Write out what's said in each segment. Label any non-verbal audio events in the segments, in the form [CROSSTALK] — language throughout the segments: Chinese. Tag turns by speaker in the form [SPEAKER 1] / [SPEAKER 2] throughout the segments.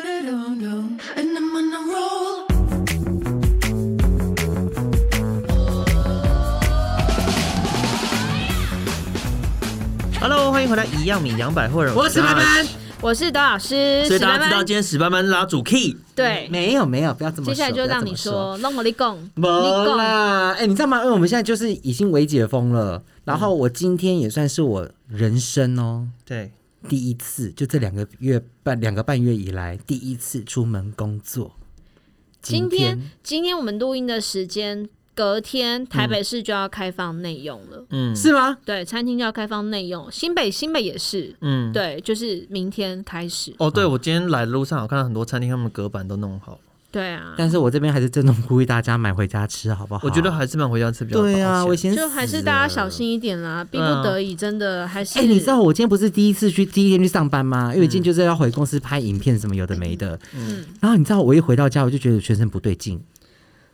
[SPEAKER 1] And I'm on a roll.
[SPEAKER 2] Hello，欢迎回来，一样米阳百货人，
[SPEAKER 3] 我是班班，
[SPEAKER 4] 我是董老师，
[SPEAKER 2] 所以大
[SPEAKER 4] 史
[SPEAKER 2] 家
[SPEAKER 4] 班
[SPEAKER 2] 知道
[SPEAKER 4] 班
[SPEAKER 2] 今天史班班拉主 key，
[SPEAKER 4] 对，
[SPEAKER 3] 没有没有，不要这么
[SPEAKER 4] 接
[SPEAKER 3] 说。
[SPEAKER 4] 下来就
[SPEAKER 3] 不要
[SPEAKER 4] 让
[SPEAKER 3] 这
[SPEAKER 4] 你
[SPEAKER 3] 么
[SPEAKER 4] 说，，让我来讲，你
[SPEAKER 3] 没
[SPEAKER 4] 讲，
[SPEAKER 3] 啦，哎、你知道吗？因为我们现在就是已经微解封了，然后我今天也算是我人生哦
[SPEAKER 2] 对，
[SPEAKER 3] 第一次，就这两个月半两个半月以来第一次出门工作。
[SPEAKER 4] 今
[SPEAKER 3] 天
[SPEAKER 4] 天今天我们录音的时间，隔天台北市就要开放内用了，
[SPEAKER 2] 嗯
[SPEAKER 3] 是吗？
[SPEAKER 4] 对，餐厅就要开放内用，新北新北也是，
[SPEAKER 2] 嗯，
[SPEAKER 4] 对，就是明天开始，
[SPEAKER 2] 哦，对，我今天来的路上，我看到很多餐厅他们隔板都弄好了，
[SPEAKER 4] 对啊，
[SPEAKER 3] 但是我这边还是郑重呼吁大家买回家吃，好不好？
[SPEAKER 2] 我觉得还是蛮回家吃比较
[SPEAKER 3] 对啊，
[SPEAKER 2] 保
[SPEAKER 3] 危
[SPEAKER 2] 险
[SPEAKER 3] 险
[SPEAKER 4] 就还是大家小。心一点啦，逼不得已，真的还是，
[SPEAKER 3] 啊哎、你知道我今天不是第一次去第一天去上班吗？因为今天就是要回公司拍影片什么有的没的。嗯，然后你知道我一回到家，我就觉得全身不对劲，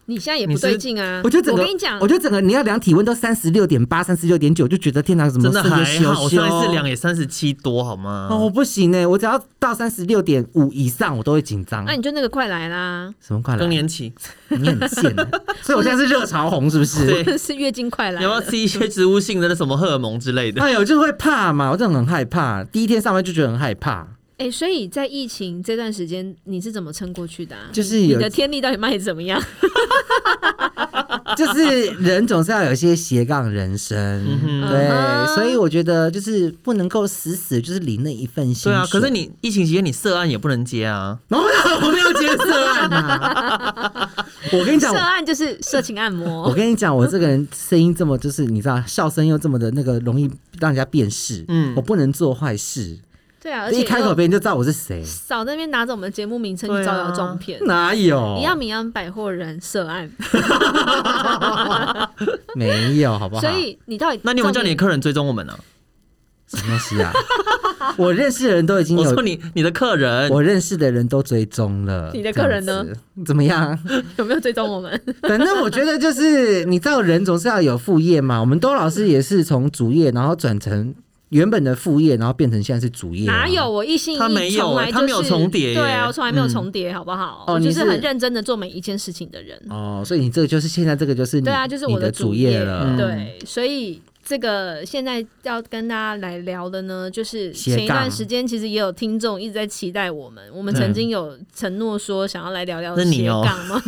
[SPEAKER 4] 你现在也
[SPEAKER 2] 你
[SPEAKER 4] 不
[SPEAKER 2] 是
[SPEAKER 4] 对劲啊，
[SPEAKER 3] 我就整个，
[SPEAKER 4] 嗯跟你讲
[SPEAKER 3] 我，就整个你要量体温都三十六点八、三十六点九，就觉得天哪，怎么
[SPEAKER 2] 真的
[SPEAKER 3] 瞬间
[SPEAKER 2] 还
[SPEAKER 3] 羞
[SPEAKER 2] 好，我上一次
[SPEAKER 3] 羞
[SPEAKER 2] 量也三十七多，好吗？
[SPEAKER 3] 哦哦，我不行呢、我只要到三十六点五以上，我都会紧张。
[SPEAKER 4] 那你就那个快来啦， [LAUGHS]
[SPEAKER 3] 什么快乐
[SPEAKER 2] 更？年期，
[SPEAKER 3] 你很贱欸，所以我现在是热潮红，是不是？
[SPEAKER 2] 对
[SPEAKER 4] 是月经快来
[SPEAKER 2] 你要不要
[SPEAKER 4] 了，
[SPEAKER 2] 吃一些植物性的那什么荷尔蒙之
[SPEAKER 3] [LAUGHS]
[SPEAKER 2] 类的？
[SPEAKER 3] 哎呦，就会怕嘛，我真的很害怕。第一天上班就觉得很害怕，
[SPEAKER 4] 哎、所以在疫情这段时间，你是怎么撑过去的、啊？
[SPEAKER 3] 就是
[SPEAKER 4] 你
[SPEAKER 3] 有
[SPEAKER 4] 的天力到底卖得怎么
[SPEAKER 2] [LAUGHS]
[SPEAKER 4] 样？
[SPEAKER 3] 就是人总是要有一些斜杠人生，
[SPEAKER 2] 哼
[SPEAKER 4] 嗯
[SPEAKER 3] 对，
[SPEAKER 4] 哼
[SPEAKER 3] 所以我觉得就是不能够死死就是领那一份薪水。
[SPEAKER 2] 对啊，可是你疫情期间你涉案也不能接啊，
[SPEAKER 3] 我没 [LAUGHS] 有我没有接涉案啊！我跟你讲
[SPEAKER 4] 涉，案就是啊色情按
[SPEAKER 3] 我
[SPEAKER 4] 摩，
[SPEAKER 3] 跟你讲，我这个人声音这么就是你知道，笑声又这么的那个容易让人家辨识，
[SPEAKER 2] 嗯
[SPEAKER 3] 我不能做坏事，
[SPEAKER 4] 对啊，而且
[SPEAKER 3] 一开口
[SPEAKER 4] 又
[SPEAKER 3] 别人就知道我是谁，
[SPEAKER 4] 少在那边拿着我们节目名称去
[SPEAKER 2] 对啊
[SPEAKER 4] 招摇撞骗。
[SPEAKER 3] 哪有
[SPEAKER 4] 一？样米阳百货人涉案，
[SPEAKER 3] 没有，好不好？
[SPEAKER 4] 所以你到底
[SPEAKER 2] 那你有没有叫你的
[SPEAKER 4] 重点
[SPEAKER 2] 客人追踪我们啊？
[SPEAKER 3] 什么东西
[SPEAKER 4] [LAUGHS]
[SPEAKER 3] 啊？我认识的人都已经
[SPEAKER 2] 我说
[SPEAKER 3] 有。
[SPEAKER 2] 你你的客人，
[SPEAKER 3] 我认识的人都追踪了，
[SPEAKER 4] 你的客人呢
[SPEAKER 3] 这样子？怎么样？ [LAUGHS]
[SPEAKER 4] 有没有追踪
[SPEAKER 2] [LAUGHS]
[SPEAKER 4] 我们？
[SPEAKER 3] 反正我觉得就是，你知道人总是要有副业嘛。我们都老师也是从主业，然后转成原本的副业，然后变成现在是主业、
[SPEAKER 4] 哪有？？我一心一
[SPEAKER 2] 哎他没
[SPEAKER 4] 意，
[SPEAKER 2] 有
[SPEAKER 4] 从来
[SPEAKER 2] 欸
[SPEAKER 4] 就是
[SPEAKER 2] 他没有重叠耶嗯
[SPEAKER 4] 对啊，我从来没有重叠，好不好？
[SPEAKER 3] 哦
[SPEAKER 4] 我
[SPEAKER 3] 你
[SPEAKER 4] 就是是很认真的做每一件事情的人。
[SPEAKER 3] 哦，所以你这个就是现在这个就是你
[SPEAKER 4] 对啊，就是
[SPEAKER 3] 嗯你
[SPEAKER 4] 我
[SPEAKER 3] 的
[SPEAKER 4] 主
[SPEAKER 3] 业
[SPEAKER 2] 嗯
[SPEAKER 3] 了。
[SPEAKER 4] 对，所以这个现在要跟大家来聊的呢，就是
[SPEAKER 3] 斜
[SPEAKER 4] 前一
[SPEAKER 3] 杠
[SPEAKER 4] 段时间其实也有听众一直在期待我们，我们曾经有承诺说想要来聊聊
[SPEAKER 2] 那你
[SPEAKER 4] 斜
[SPEAKER 2] 哦
[SPEAKER 4] 杠嘛，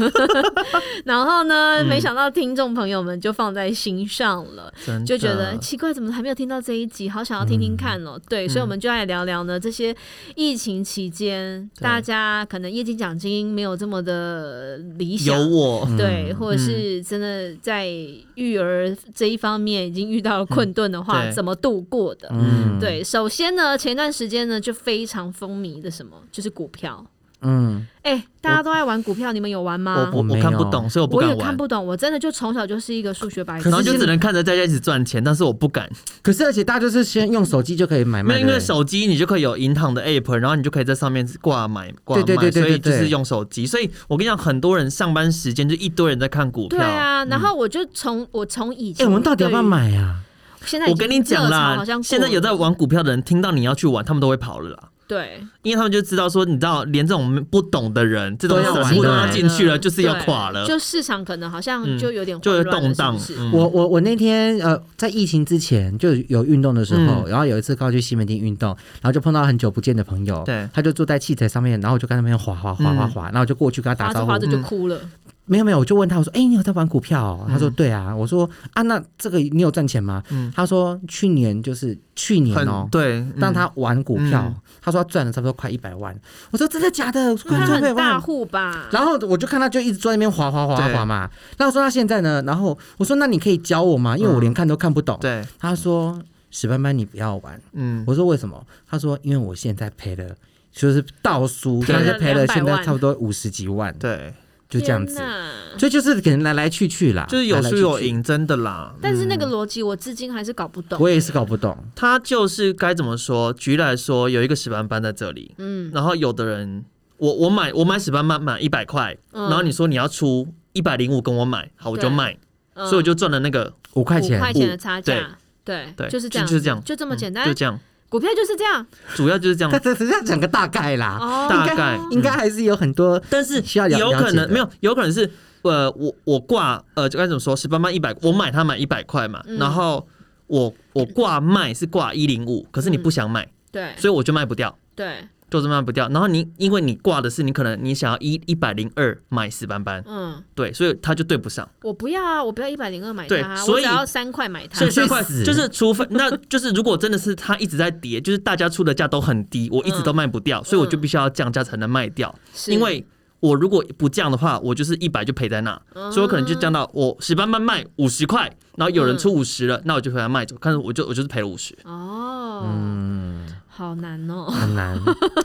[SPEAKER 4] 然后呢，没想到听众朋友们就放在心上了。
[SPEAKER 2] 真的
[SPEAKER 4] 就觉得奇怪，怎么还没有听到这一集？好想要听听看哦。对，所以我们就来聊聊呢，这些疫情期间，
[SPEAKER 2] 对
[SPEAKER 4] 大家可能业绩奖金没有这么的理想，
[SPEAKER 2] 有我，
[SPEAKER 4] 对，或者是真的在育儿这一方面已经遇到了困顿的话，
[SPEAKER 2] 嗯对
[SPEAKER 4] 怎么度过的？
[SPEAKER 3] 嗯，，
[SPEAKER 4] 对，首先呢，前段时间呢就非常风靡的什么，就是股票。
[SPEAKER 3] 嗯，
[SPEAKER 4] 哎、大家都爱玩股票，你们有玩
[SPEAKER 2] 我
[SPEAKER 4] 吗？
[SPEAKER 2] 不
[SPEAKER 3] 我没
[SPEAKER 2] 我
[SPEAKER 3] 有
[SPEAKER 2] 看不懂，所以我不
[SPEAKER 4] 啊我也
[SPEAKER 2] 敢
[SPEAKER 4] 看
[SPEAKER 2] 玩。
[SPEAKER 4] 不懂，我真的就从小就是一个数学白痴
[SPEAKER 2] 然。后就
[SPEAKER 3] 可是
[SPEAKER 2] 只能看着大家一起赚钱，但是我不敢，
[SPEAKER 3] 可是而且大家就是先用手机就可以买
[SPEAKER 2] 没
[SPEAKER 3] 卖，
[SPEAKER 2] 有因为
[SPEAKER 3] 对不对
[SPEAKER 2] 手机你就可以有银行的 app，然后你就可以在上面挂买挂卖，
[SPEAKER 3] 对对对对
[SPEAKER 2] 所以就
[SPEAKER 3] 对
[SPEAKER 2] 是
[SPEAKER 3] 对
[SPEAKER 2] 用手机。所以我跟你讲，很多人上班时间就一堆人在看股票。嗯
[SPEAKER 4] 对啊，然后我就从、我从以
[SPEAKER 3] 哎，
[SPEAKER 4] 前，
[SPEAKER 3] 我们到底要不要？买啊？
[SPEAKER 4] 现在已
[SPEAKER 2] 我
[SPEAKER 4] 经
[SPEAKER 2] 跟你讲
[SPEAKER 4] 热潮
[SPEAKER 2] 啦
[SPEAKER 4] 好像，过
[SPEAKER 2] 现在有在
[SPEAKER 4] 了
[SPEAKER 2] 玩股票的人，听到你要去玩，他们都会跑了啦。
[SPEAKER 4] 对，
[SPEAKER 2] 因为他们就知道说，你知道，连这种不懂的人，这种
[SPEAKER 3] 都要
[SPEAKER 2] 散
[SPEAKER 3] 啊玩
[SPEAKER 2] 户
[SPEAKER 3] 的
[SPEAKER 2] 让他进去了，就是要
[SPEAKER 4] 对
[SPEAKER 2] 垮了。
[SPEAKER 4] 就市场可能好像
[SPEAKER 2] 嗯
[SPEAKER 4] 就有点
[SPEAKER 2] 就有
[SPEAKER 4] 混乱了
[SPEAKER 2] 动荡
[SPEAKER 4] 是不是
[SPEAKER 2] 嗯
[SPEAKER 3] 我我我那天呃，在疫情之前就有运动的时候，然后有一次刚好去西门町运动，然后就碰到很久不见的朋友，
[SPEAKER 2] 对
[SPEAKER 3] 他就坐在器材上面，然后我就跟他们滑滑滑滑滑，然后我就过去跟他
[SPEAKER 4] 划
[SPEAKER 3] 打招
[SPEAKER 4] 着
[SPEAKER 3] 呼
[SPEAKER 4] 划，着
[SPEAKER 2] 嗯
[SPEAKER 4] 就哭了。
[SPEAKER 3] 没有没有，我就问他，我说，哎、你有在玩股票、哦？他说，对啊。我说，啊，那这个你有赚钱吗？
[SPEAKER 2] 嗯
[SPEAKER 3] 他说，去年就是去年哦
[SPEAKER 2] 很，对，
[SPEAKER 3] 让
[SPEAKER 2] 嗯
[SPEAKER 3] 他玩股票，
[SPEAKER 2] 嗯
[SPEAKER 3] 他说他赚了差不多快一百万。我说，真的假的？快
[SPEAKER 4] 他
[SPEAKER 3] 赚100
[SPEAKER 4] 啊很大
[SPEAKER 3] 万？
[SPEAKER 4] 户吧？
[SPEAKER 3] 然后我就看他就一直坐在那边滑滑滑
[SPEAKER 2] 对
[SPEAKER 3] 滑嘛。那我说他现在呢？然后我说，那你可以教我吗？因为我连看都看不懂。
[SPEAKER 2] 对，
[SPEAKER 3] 他说，史班班你不要玩。
[SPEAKER 2] 嗯，
[SPEAKER 3] 哦我说为什么？他说，因为我现在赔了。就是倒输，
[SPEAKER 2] 赔了
[SPEAKER 3] 但是赔了
[SPEAKER 4] 200
[SPEAKER 3] 现在
[SPEAKER 4] 万
[SPEAKER 3] 差不多五十几万，
[SPEAKER 2] 对，
[SPEAKER 3] 就这样子
[SPEAKER 4] 天。哪
[SPEAKER 3] 所以就是可能来来去去啦，
[SPEAKER 2] 就是有输有
[SPEAKER 3] 啊来来去去。
[SPEAKER 2] 赢，真的啦。
[SPEAKER 4] 但是那
[SPEAKER 2] 嗯
[SPEAKER 4] 个逻辑我至今还是搞不懂。
[SPEAKER 3] 我也是搞不懂，
[SPEAKER 2] 他就是该怎么说？举例来说，有一个史班班在这里，
[SPEAKER 4] 嗯，
[SPEAKER 2] 然后有的人，我我买我买史班班买一百块，
[SPEAKER 4] 嗯
[SPEAKER 2] 然后你说你要出一百零五跟我买，好我就
[SPEAKER 4] 对
[SPEAKER 2] 卖，
[SPEAKER 4] 嗯
[SPEAKER 2] 所以我就赚了那个
[SPEAKER 3] 五块
[SPEAKER 4] 五
[SPEAKER 3] 钱， [LAUGHS]
[SPEAKER 4] 块钱的差
[SPEAKER 2] 对
[SPEAKER 4] 价，对
[SPEAKER 2] 对
[SPEAKER 4] 就是这
[SPEAKER 2] 就
[SPEAKER 4] 样，
[SPEAKER 2] 就是这样
[SPEAKER 4] 就这么简
[SPEAKER 2] 嗯就
[SPEAKER 4] 单。
[SPEAKER 2] 这样。
[SPEAKER 4] 股票就是这样
[SPEAKER 2] 主要就是这
[SPEAKER 3] 他
[SPEAKER 2] 样，
[SPEAKER 3] 只只是要讲个大概啦，
[SPEAKER 4] 哦。
[SPEAKER 2] 大概。
[SPEAKER 3] 应该还是有很多
[SPEAKER 2] 但是
[SPEAKER 3] 需要了
[SPEAKER 2] 有可
[SPEAKER 3] 了解的
[SPEAKER 2] 能没有，有可能是呃，我我挂呃，就该怎么说？十八万一百，我买它买一百块嘛，
[SPEAKER 4] 嗯
[SPEAKER 2] 然后我我挂卖是挂一零五，可是
[SPEAKER 4] 嗯
[SPEAKER 2] 你不想买，
[SPEAKER 4] 对
[SPEAKER 2] 所以我就卖不掉，
[SPEAKER 4] 对，
[SPEAKER 2] 就是卖不掉。然后你因为你挂的是你可能你想要一一百零二买石斑斑，
[SPEAKER 4] 嗯，
[SPEAKER 2] 对，所以它就对不上。
[SPEAKER 4] 我不要啊，我不要一百零二买
[SPEAKER 2] 对
[SPEAKER 4] 它，
[SPEAKER 2] 所
[SPEAKER 4] 我
[SPEAKER 2] 以
[SPEAKER 4] 只要三块买它
[SPEAKER 2] 所以。三块
[SPEAKER 3] 去死
[SPEAKER 2] 就是，除 [LAUGHS] 非那就是如果真的是它一直在跌，就是大家出的价都很低，我一直都卖不掉，所以我就必须要降价才能卖掉。
[SPEAKER 4] 是
[SPEAKER 2] 因为我如果不降的话，我就是一百就赔在那，所以我可能就降到我十班班卖五十块，然后有人出五十了，那我就回来卖走，看是我就我就是赔了五 [LAUGHS] 十，
[SPEAKER 4] 哦，
[SPEAKER 3] 嗯，
[SPEAKER 4] 好难哦。
[SPEAKER 2] [LAUGHS]
[SPEAKER 3] 很难。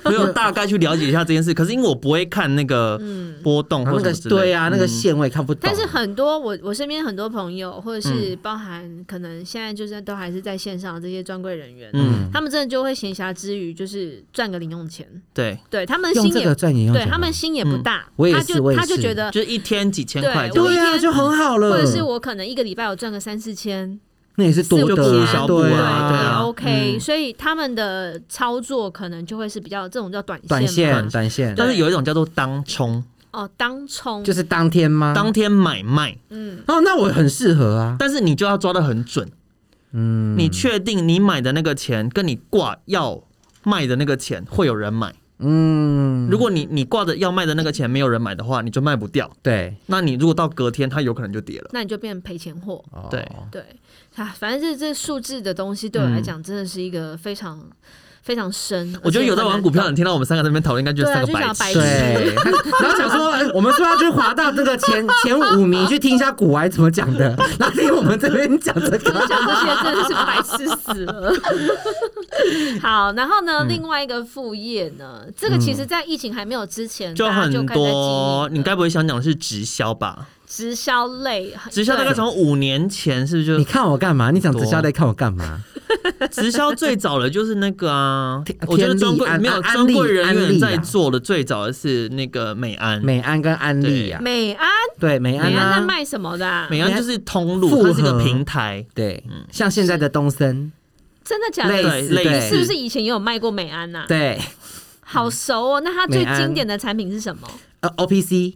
[SPEAKER 2] 我有大概去了解一下这件事。可是因为我不会看那个波动
[SPEAKER 3] 然后
[SPEAKER 2] 或
[SPEAKER 3] 那
[SPEAKER 2] 什么之
[SPEAKER 3] 个
[SPEAKER 2] 类的，
[SPEAKER 3] 对啊，那个
[SPEAKER 2] 嗯
[SPEAKER 3] 线我也看不懂。
[SPEAKER 4] 但是很多我我身边很多朋友，或者
[SPEAKER 2] 嗯
[SPEAKER 4] 是包含可能现在就是都还是在线上的这些专柜人员，
[SPEAKER 2] 嗯
[SPEAKER 4] 他们真的就会闲暇之余就是赚个零用钱，
[SPEAKER 2] 对，
[SPEAKER 4] 对他们
[SPEAKER 3] 用
[SPEAKER 4] 心
[SPEAKER 3] 这
[SPEAKER 4] 也
[SPEAKER 3] 个赚钱用
[SPEAKER 4] 对
[SPEAKER 3] 钱
[SPEAKER 4] 他
[SPEAKER 3] 吗
[SPEAKER 4] 们心也不
[SPEAKER 2] 嗯
[SPEAKER 4] 大，
[SPEAKER 3] 我也
[SPEAKER 4] 他
[SPEAKER 3] 是
[SPEAKER 4] 就
[SPEAKER 3] 我也
[SPEAKER 4] 他就是觉得
[SPEAKER 2] 就是嗯一天几千块
[SPEAKER 4] 对
[SPEAKER 2] 这
[SPEAKER 4] 我
[SPEAKER 2] 样
[SPEAKER 3] 对啊，
[SPEAKER 4] 一天
[SPEAKER 3] 就很好了。
[SPEAKER 4] 或者是我可能一个礼拜我赚个三四千，
[SPEAKER 3] 那也是多
[SPEAKER 4] 四五
[SPEAKER 3] 的
[SPEAKER 4] 千
[SPEAKER 3] 啊，
[SPEAKER 2] 对
[SPEAKER 3] 对
[SPEAKER 2] 啊对
[SPEAKER 4] 也
[SPEAKER 2] 啊
[SPEAKER 4] OK，、
[SPEAKER 2] 嗯
[SPEAKER 4] 所以他们的操作可能就会是比较这种叫短线
[SPEAKER 3] 短线
[SPEAKER 4] 嘛
[SPEAKER 3] 短线
[SPEAKER 2] 但是有一种叫做当冲，
[SPEAKER 4] 哦，当冲
[SPEAKER 3] 就是当天吗？
[SPEAKER 2] 当天买卖，
[SPEAKER 4] 嗯
[SPEAKER 3] 哦，那我很适合啊。
[SPEAKER 2] 但是你就要抓得很准，
[SPEAKER 3] 嗯，
[SPEAKER 2] 你确定你买的那个钱跟你挂要卖的那个钱会有人买。
[SPEAKER 3] 嗯，
[SPEAKER 2] 如果你你挂着要卖的那个钱没有人买的话，你就卖不掉。
[SPEAKER 3] 对
[SPEAKER 2] 那你如果到隔天，它有可能就跌了。
[SPEAKER 4] 那你就变赔钱货。
[SPEAKER 3] 哦
[SPEAKER 2] 对
[SPEAKER 4] 对，啊，反正这这数字的东西对我来
[SPEAKER 2] 嗯
[SPEAKER 4] 讲真的是一个非常、非常深。
[SPEAKER 2] 我觉得有在玩股票的人听到我们三个在那边讨论，应该觉得
[SPEAKER 4] 对啊
[SPEAKER 2] 三个
[SPEAKER 4] 就想
[SPEAKER 2] 痴。
[SPEAKER 4] [LAUGHS]
[SPEAKER 3] 对，然后想说，哎我们说要去滑到这个前前五名去听一下古玩怎么讲的， [LAUGHS] 然后听我们这边讲这
[SPEAKER 4] 我 [LAUGHS]
[SPEAKER 3] 个，
[SPEAKER 4] 讲这些真的是白痴死了。好，然后
[SPEAKER 2] 嗯
[SPEAKER 4] 呢，另外一个副业呢，这个其实在疫情还没有之前，
[SPEAKER 2] 就
[SPEAKER 4] 大家
[SPEAKER 2] 很
[SPEAKER 4] 开始在经
[SPEAKER 2] 多，
[SPEAKER 4] 营
[SPEAKER 2] 你该不会想讲的是直销吧？
[SPEAKER 4] 直销类，
[SPEAKER 2] 直销大概
[SPEAKER 4] 对
[SPEAKER 2] 从五年前是不是
[SPEAKER 3] 你
[SPEAKER 2] 就
[SPEAKER 3] 看我干嘛？你讲直销在看我干嘛？
[SPEAKER 2] 直销最早的就是那个啊
[SPEAKER 3] 天？
[SPEAKER 2] 我觉得专柜
[SPEAKER 3] 天利
[SPEAKER 2] 没有
[SPEAKER 3] 安安
[SPEAKER 2] 专柜人
[SPEAKER 3] 安利
[SPEAKER 2] 员
[SPEAKER 3] 啊
[SPEAKER 2] 在做的最早的是那个美安，
[SPEAKER 3] 美安跟安利啊，
[SPEAKER 4] 美安，
[SPEAKER 3] 对美安
[SPEAKER 4] 美安在
[SPEAKER 3] 啊，
[SPEAKER 4] 卖什么的啊？
[SPEAKER 2] 美安就是通路，
[SPEAKER 3] 复合
[SPEAKER 2] 它是个平台，
[SPEAKER 3] 对，
[SPEAKER 4] 嗯
[SPEAKER 3] 像现在的东森，
[SPEAKER 4] 真的假
[SPEAKER 3] 类
[SPEAKER 4] 的？
[SPEAKER 3] 似
[SPEAKER 2] 类
[SPEAKER 4] 是不
[SPEAKER 3] 对
[SPEAKER 4] 是以前也有卖过美安呐？
[SPEAKER 3] 对，
[SPEAKER 4] 好熟哦。那它最
[SPEAKER 3] 美安
[SPEAKER 4] 经典的产品是什么？
[SPEAKER 3] 呃，OPC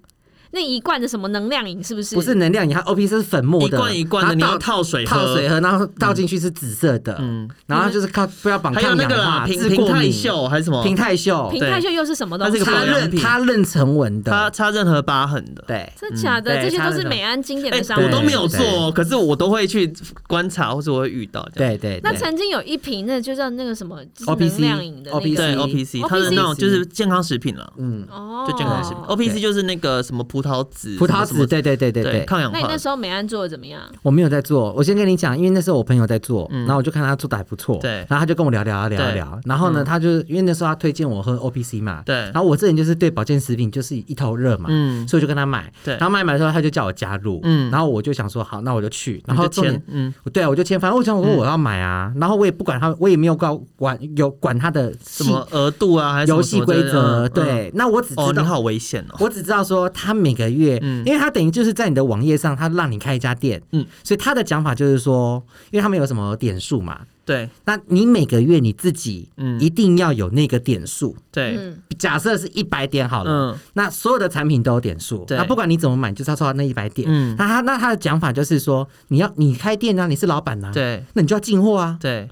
[SPEAKER 4] 那一罐的什么能量饮是不是？
[SPEAKER 3] 不是能量饮，它 OPC 是粉末
[SPEAKER 2] 一
[SPEAKER 3] 的，
[SPEAKER 2] 罐一罐
[SPEAKER 3] 然
[SPEAKER 2] 的，你
[SPEAKER 3] 后
[SPEAKER 2] 要
[SPEAKER 3] 倒
[SPEAKER 2] 套水
[SPEAKER 3] 泡
[SPEAKER 2] 喝
[SPEAKER 3] 水。喝，然后倒进去是紫色的，嗯
[SPEAKER 2] 嗯，
[SPEAKER 3] 然后就是靠不要绑
[SPEAKER 2] 还有
[SPEAKER 3] 抗
[SPEAKER 2] 那
[SPEAKER 3] 氧
[SPEAKER 2] 个啦，
[SPEAKER 3] 化，
[SPEAKER 2] 平
[SPEAKER 3] 治
[SPEAKER 2] 平
[SPEAKER 3] 过
[SPEAKER 2] 泰
[SPEAKER 3] 敏，
[SPEAKER 2] 秀还是什么？
[SPEAKER 3] 平泰秀，
[SPEAKER 4] 平泰秀又是什么东
[SPEAKER 2] 它是
[SPEAKER 4] 西
[SPEAKER 2] 一个？
[SPEAKER 3] 它
[SPEAKER 2] 保养
[SPEAKER 3] 认
[SPEAKER 2] 品
[SPEAKER 3] 它认成文
[SPEAKER 2] 它
[SPEAKER 3] 的，
[SPEAKER 2] 擦任何疤痕的。哎
[SPEAKER 3] 对，
[SPEAKER 4] 真假的？
[SPEAKER 3] 嗯
[SPEAKER 4] 这些都
[SPEAKER 3] 对
[SPEAKER 4] 是
[SPEAKER 3] 它
[SPEAKER 4] 美安经典的商
[SPEAKER 2] 我
[SPEAKER 4] 品。
[SPEAKER 2] 都没有做
[SPEAKER 3] 对
[SPEAKER 2] 哦，可是我都会去观察，或者我会遇到这样。
[SPEAKER 3] 对对，
[SPEAKER 4] 那
[SPEAKER 3] 对
[SPEAKER 4] 曾经有一瓶，那就叫那个什么，就是
[SPEAKER 3] OPC
[SPEAKER 4] 能量饮的那
[SPEAKER 3] 对
[SPEAKER 4] 个。
[SPEAKER 2] 对
[SPEAKER 3] OPC
[SPEAKER 2] OPC，它是那种
[SPEAKER 3] OPC
[SPEAKER 2] 就是健康食品了，
[SPEAKER 3] 嗯，
[SPEAKER 4] 哦，
[SPEAKER 2] 就健康食品。
[SPEAKER 3] 对
[SPEAKER 2] OPC 就是那个什么葡萄籽，
[SPEAKER 3] 葡
[SPEAKER 2] 什么
[SPEAKER 3] 萄
[SPEAKER 2] 什
[SPEAKER 3] 籽，
[SPEAKER 2] 么
[SPEAKER 3] 对对对对
[SPEAKER 2] 对
[SPEAKER 3] 对，
[SPEAKER 2] 抗氧
[SPEAKER 4] 那你
[SPEAKER 2] 化
[SPEAKER 4] 那。时候美安做的怎么样？
[SPEAKER 3] 我没有在做，我先跟你讲，因为那时候我朋友在做，然后我就看他做的还不错，
[SPEAKER 2] 嗯对
[SPEAKER 3] 然后他就跟我聊聊啊聊啊
[SPEAKER 2] 对嗯
[SPEAKER 3] 聊，然后呢，他就因为那时候他推荐我喝 OPC 嘛，
[SPEAKER 2] 对
[SPEAKER 3] 然后我这人就是对保健食品就是一头热嘛，
[SPEAKER 2] 嗯
[SPEAKER 3] 所以我就跟他买，
[SPEAKER 2] 对
[SPEAKER 3] 然后买买的时候他就叫我加入，
[SPEAKER 2] 嗯
[SPEAKER 3] 然后我就想说好，那我就去，然
[SPEAKER 2] 你
[SPEAKER 3] 后
[SPEAKER 2] 就
[SPEAKER 3] 重点
[SPEAKER 2] 签，嗯，
[SPEAKER 3] 对啊，我就签，反正我想说我要买啊，然后我也不管他，我也没有管管有管他的
[SPEAKER 2] 什
[SPEAKER 3] 什
[SPEAKER 2] 么额度啊，还是什么
[SPEAKER 3] 游戏规则，。
[SPEAKER 2] 什么之类的嗯嗯
[SPEAKER 3] 对，那我只知
[SPEAKER 2] 哦，你
[SPEAKER 3] 道
[SPEAKER 2] 好危险哦。
[SPEAKER 3] 我只知道说，他每个月，
[SPEAKER 2] 嗯
[SPEAKER 3] 因为他等于就是在你的网页上，他让你开一家店，
[SPEAKER 2] 嗯
[SPEAKER 3] 所以他的讲法就是说，因为他们有什么点数嘛，
[SPEAKER 2] 对
[SPEAKER 3] 那你每个月你自己，
[SPEAKER 2] 嗯
[SPEAKER 3] 一定要有那个点数。
[SPEAKER 2] 对，
[SPEAKER 4] 嗯，
[SPEAKER 3] 假设是一百点好了，
[SPEAKER 2] 嗯
[SPEAKER 3] 那所有的产品都有点数，
[SPEAKER 2] 对
[SPEAKER 3] 那不管你怎么买，你就是要抽到那一百点。
[SPEAKER 2] 嗯
[SPEAKER 3] 那他那他的讲法就是说，你要你开店啊，你是老板呐、啊，，
[SPEAKER 2] 对
[SPEAKER 3] 那你就要进货啊，
[SPEAKER 2] 对，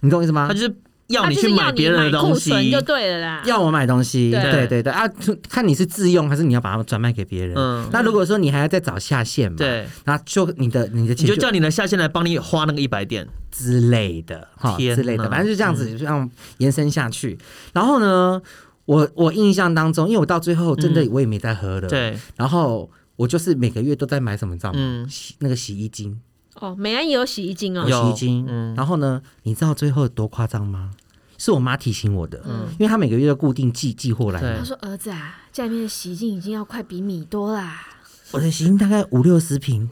[SPEAKER 3] 你懂我意思吗
[SPEAKER 2] 他就？是要
[SPEAKER 4] 他
[SPEAKER 2] 你
[SPEAKER 4] 啊就
[SPEAKER 2] 去
[SPEAKER 4] 是要
[SPEAKER 2] 买
[SPEAKER 4] 你
[SPEAKER 2] 别人
[SPEAKER 4] 买
[SPEAKER 2] 的
[SPEAKER 4] 库
[SPEAKER 2] 东西，
[SPEAKER 4] 存就对了啦。
[SPEAKER 3] 要我买东西，
[SPEAKER 4] 对
[SPEAKER 3] 对对对啊，看你是自用还是你要把它转卖给别人。
[SPEAKER 2] 嗯
[SPEAKER 3] 那如果说你还要再找下线嘛，
[SPEAKER 2] 对，
[SPEAKER 3] 那就你的你的
[SPEAKER 2] 你
[SPEAKER 3] 钱
[SPEAKER 2] 就叫你的下线来帮你花那个一百点。
[SPEAKER 3] 之类的哈
[SPEAKER 2] 天
[SPEAKER 3] 之类的，
[SPEAKER 2] 哪嗯
[SPEAKER 3] 反正就这样子这样延伸下去。然后呢，我我印象当中，因为我到最后真的我也没再喝了，，
[SPEAKER 2] 嗯对，
[SPEAKER 3] 然后我就是每个月都在买什么，你知道吗？
[SPEAKER 2] 嗯
[SPEAKER 3] 洗那个洗衣精，
[SPEAKER 4] 哦，美安也有洗衣精哦
[SPEAKER 3] 有。洗衣精，
[SPEAKER 2] 嗯
[SPEAKER 3] 然后呢，你知道最后多夸张吗？是我妈提醒我的，因为她每个月都固定寄寄货来嘛
[SPEAKER 2] 嗯对
[SPEAKER 4] 他说：“儿子啊，家里面的洗衣精已经要快比米多啦，
[SPEAKER 3] 我的洗衣精大概五六
[SPEAKER 2] [LAUGHS]
[SPEAKER 3] 十瓶，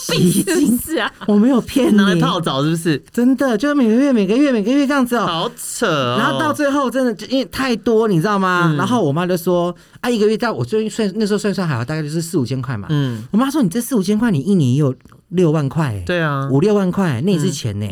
[SPEAKER 3] 洗
[SPEAKER 4] 是
[SPEAKER 3] 衣
[SPEAKER 4] 不 [LAUGHS]
[SPEAKER 3] 精，
[SPEAKER 4] 是啊？
[SPEAKER 3] 我没有骗
[SPEAKER 2] 拿来
[SPEAKER 3] 你，
[SPEAKER 2] 泡澡是不是？
[SPEAKER 3] 真的就是每个月每个月每个月这样子哦。
[SPEAKER 2] 好扯哦。嗯
[SPEAKER 3] 然后到最后真的就因为太多，你知道吗？然后我妈就说：“啊，一个月到我最近算那时候算算好，大概就是四五千块嘛。
[SPEAKER 2] 嗯，
[SPEAKER 3] 我妈说：“你这四五千块，你一年也有六万块，
[SPEAKER 2] 对啊，
[SPEAKER 3] 五六万块，那也是钱呢、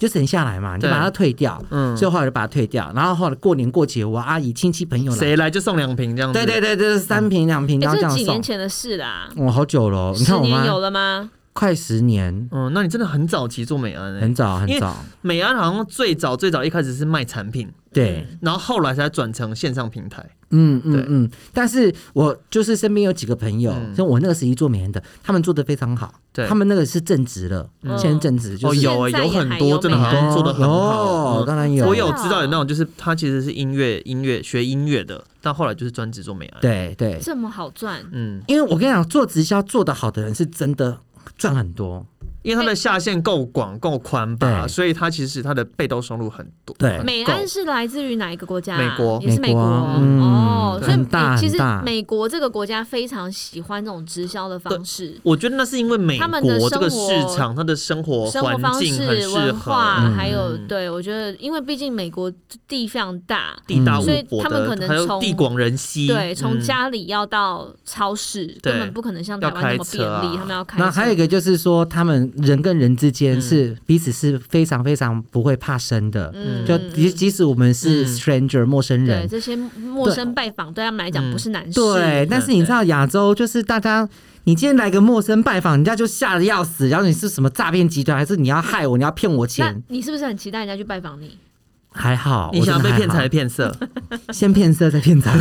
[SPEAKER 3] 就省下来嘛，你就
[SPEAKER 2] 对
[SPEAKER 3] 把它退掉。
[SPEAKER 2] 嗯
[SPEAKER 3] 所以后来就把它退掉，然后后来过年过节，我阿姨亲戚朋友来，
[SPEAKER 2] 谁嗯来就送两瓶这样子。
[SPEAKER 3] 对对对对，三瓶两瓶，
[SPEAKER 4] 哎、
[SPEAKER 3] 然后
[SPEAKER 4] 这
[SPEAKER 3] 这
[SPEAKER 4] 是
[SPEAKER 3] 样
[SPEAKER 4] 几
[SPEAKER 3] 送
[SPEAKER 4] 年。前的事啦，
[SPEAKER 3] 我好久了哦，你
[SPEAKER 4] 十
[SPEAKER 3] 看我
[SPEAKER 4] 年有
[SPEAKER 3] 妈
[SPEAKER 4] 了吗？
[SPEAKER 3] 快十年，
[SPEAKER 2] 嗯，那你真的很早期做美安、欸，
[SPEAKER 3] 很早很
[SPEAKER 2] 因为
[SPEAKER 3] 早，
[SPEAKER 2] 美安好像最早最早一开始是卖产品，
[SPEAKER 3] 对，
[SPEAKER 2] 然后后来才转成线上平台。
[SPEAKER 3] 嗯
[SPEAKER 2] 对
[SPEAKER 3] 嗯嗯。但是我就是身边有几个朋友，
[SPEAKER 2] 嗯
[SPEAKER 3] 像我那个时期做美颜的，他们做的非常好，
[SPEAKER 2] 对
[SPEAKER 3] 他们那个是正职了，
[SPEAKER 4] 嗯
[SPEAKER 3] 现在正职就
[SPEAKER 2] 哦，
[SPEAKER 3] 是
[SPEAKER 2] 有、欸、
[SPEAKER 4] 现在
[SPEAKER 2] 有
[SPEAKER 4] 也
[SPEAKER 2] 很
[SPEAKER 4] 还
[SPEAKER 2] 多
[SPEAKER 4] 有
[SPEAKER 2] 真的
[SPEAKER 4] 美
[SPEAKER 2] 好
[SPEAKER 4] 安
[SPEAKER 2] 像做的很好。
[SPEAKER 3] 有，
[SPEAKER 2] 嗯
[SPEAKER 3] 当然有，
[SPEAKER 2] 我有知道有那种，就是他其实是音乐音乐学音乐的，但后来就是专职做美安。，
[SPEAKER 3] 对对，
[SPEAKER 4] 这么好赚，
[SPEAKER 2] 嗯，
[SPEAKER 3] 因为我跟你讲，做直销做得好的人是真的赚很多，
[SPEAKER 2] 因为他的下限够广够宽吧，
[SPEAKER 3] 对
[SPEAKER 2] 所以他其实他的被动收入很多。
[SPEAKER 3] 对
[SPEAKER 2] 很
[SPEAKER 4] 美
[SPEAKER 2] 够
[SPEAKER 4] 安是来自于哪一个国家、
[SPEAKER 2] 美国啊
[SPEAKER 4] 也是美
[SPEAKER 3] 美国嗯
[SPEAKER 4] 哦，所以
[SPEAKER 3] 很大
[SPEAKER 4] 美其实
[SPEAKER 3] 很大
[SPEAKER 4] 美国这个国家非常喜欢这种直销的方式。
[SPEAKER 2] 我觉得那是因为美
[SPEAKER 4] 他们的
[SPEAKER 2] 国这个
[SPEAKER 4] 生
[SPEAKER 2] 市
[SPEAKER 4] 活
[SPEAKER 2] 场，它的生活
[SPEAKER 4] 生活
[SPEAKER 2] 环
[SPEAKER 4] 方
[SPEAKER 2] 境很适
[SPEAKER 4] 式、文
[SPEAKER 2] 合，
[SPEAKER 4] 化，
[SPEAKER 3] 嗯
[SPEAKER 4] 还有
[SPEAKER 2] 嗯
[SPEAKER 4] 对我觉得，因为毕竟美国地非常大，
[SPEAKER 2] 地大
[SPEAKER 3] 嗯
[SPEAKER 2] 物
[SPEAKER 4] 所以
[SPEAKER 2] 博
[SPEAKER 4] 他们可
[SPEAKER 2] 的，
[SPEAKER 4] 能
[SPEAKER 2] 还有
[SPEAKER 4] 从
[SPEAKER 2] 地广人稀。
[SPEAKER 4] 对，从
[SPEAKER 2] 嗯
[SPEAKER 4] 家里要到超市，
[SPEAKER 2] 对
[SPEAKER 4] 根本不可能像台湾那么便
[SPEAKER 2] 要开车
[SPEAKER 4] 利，
[SPEAKER 2] 啊
[SPEAKER 4] 他们要开车。
[SPEAKER 3] 那还有一个就是说，他们人跟人之间是
[SPEAKER 2] 嗯
[SPEAKER 3] 彼此是非常非常不会怕生的，
[SPEAKER 4] 嗯
[SPEAKER 3] 就即即使我们是
[SPEAKER 2] 嗯
[SPEAKER 3] stranger 陌生
[SPEAKER 4] 对
[SPEAKER 3] 人。
[SPEAKER 4] 这些陌生拜访对他们来讲
[SPEAKER 2] 嗯
[SPEAKER 4] 不是难事。
[SPEAKER 3] 对，但是你知道亚洲就是大家，你今天来个陌生拜访，人家就吓得要死，然后你是什么诈骗集团，还是你要害我，你要骗我
[SPEAKER 4] 那
[SPEAKER 3] 钱？
[SPEAKER 4] 你是不是很期待人家去拜访你？
[SPEAKER 3] 还好，
[SPEAKER 2] 你
[SPEAKER 3] 我真
[SPEAKER 2] 想要被
[SPEAKER 3] 的还
[SPEAKER 2] 骗
[SPEAKER 3] 好
[SPEAKER 2] 财，骗色，
[SPEAKER 3] 先骗色再 [LAUGHS] 骗财。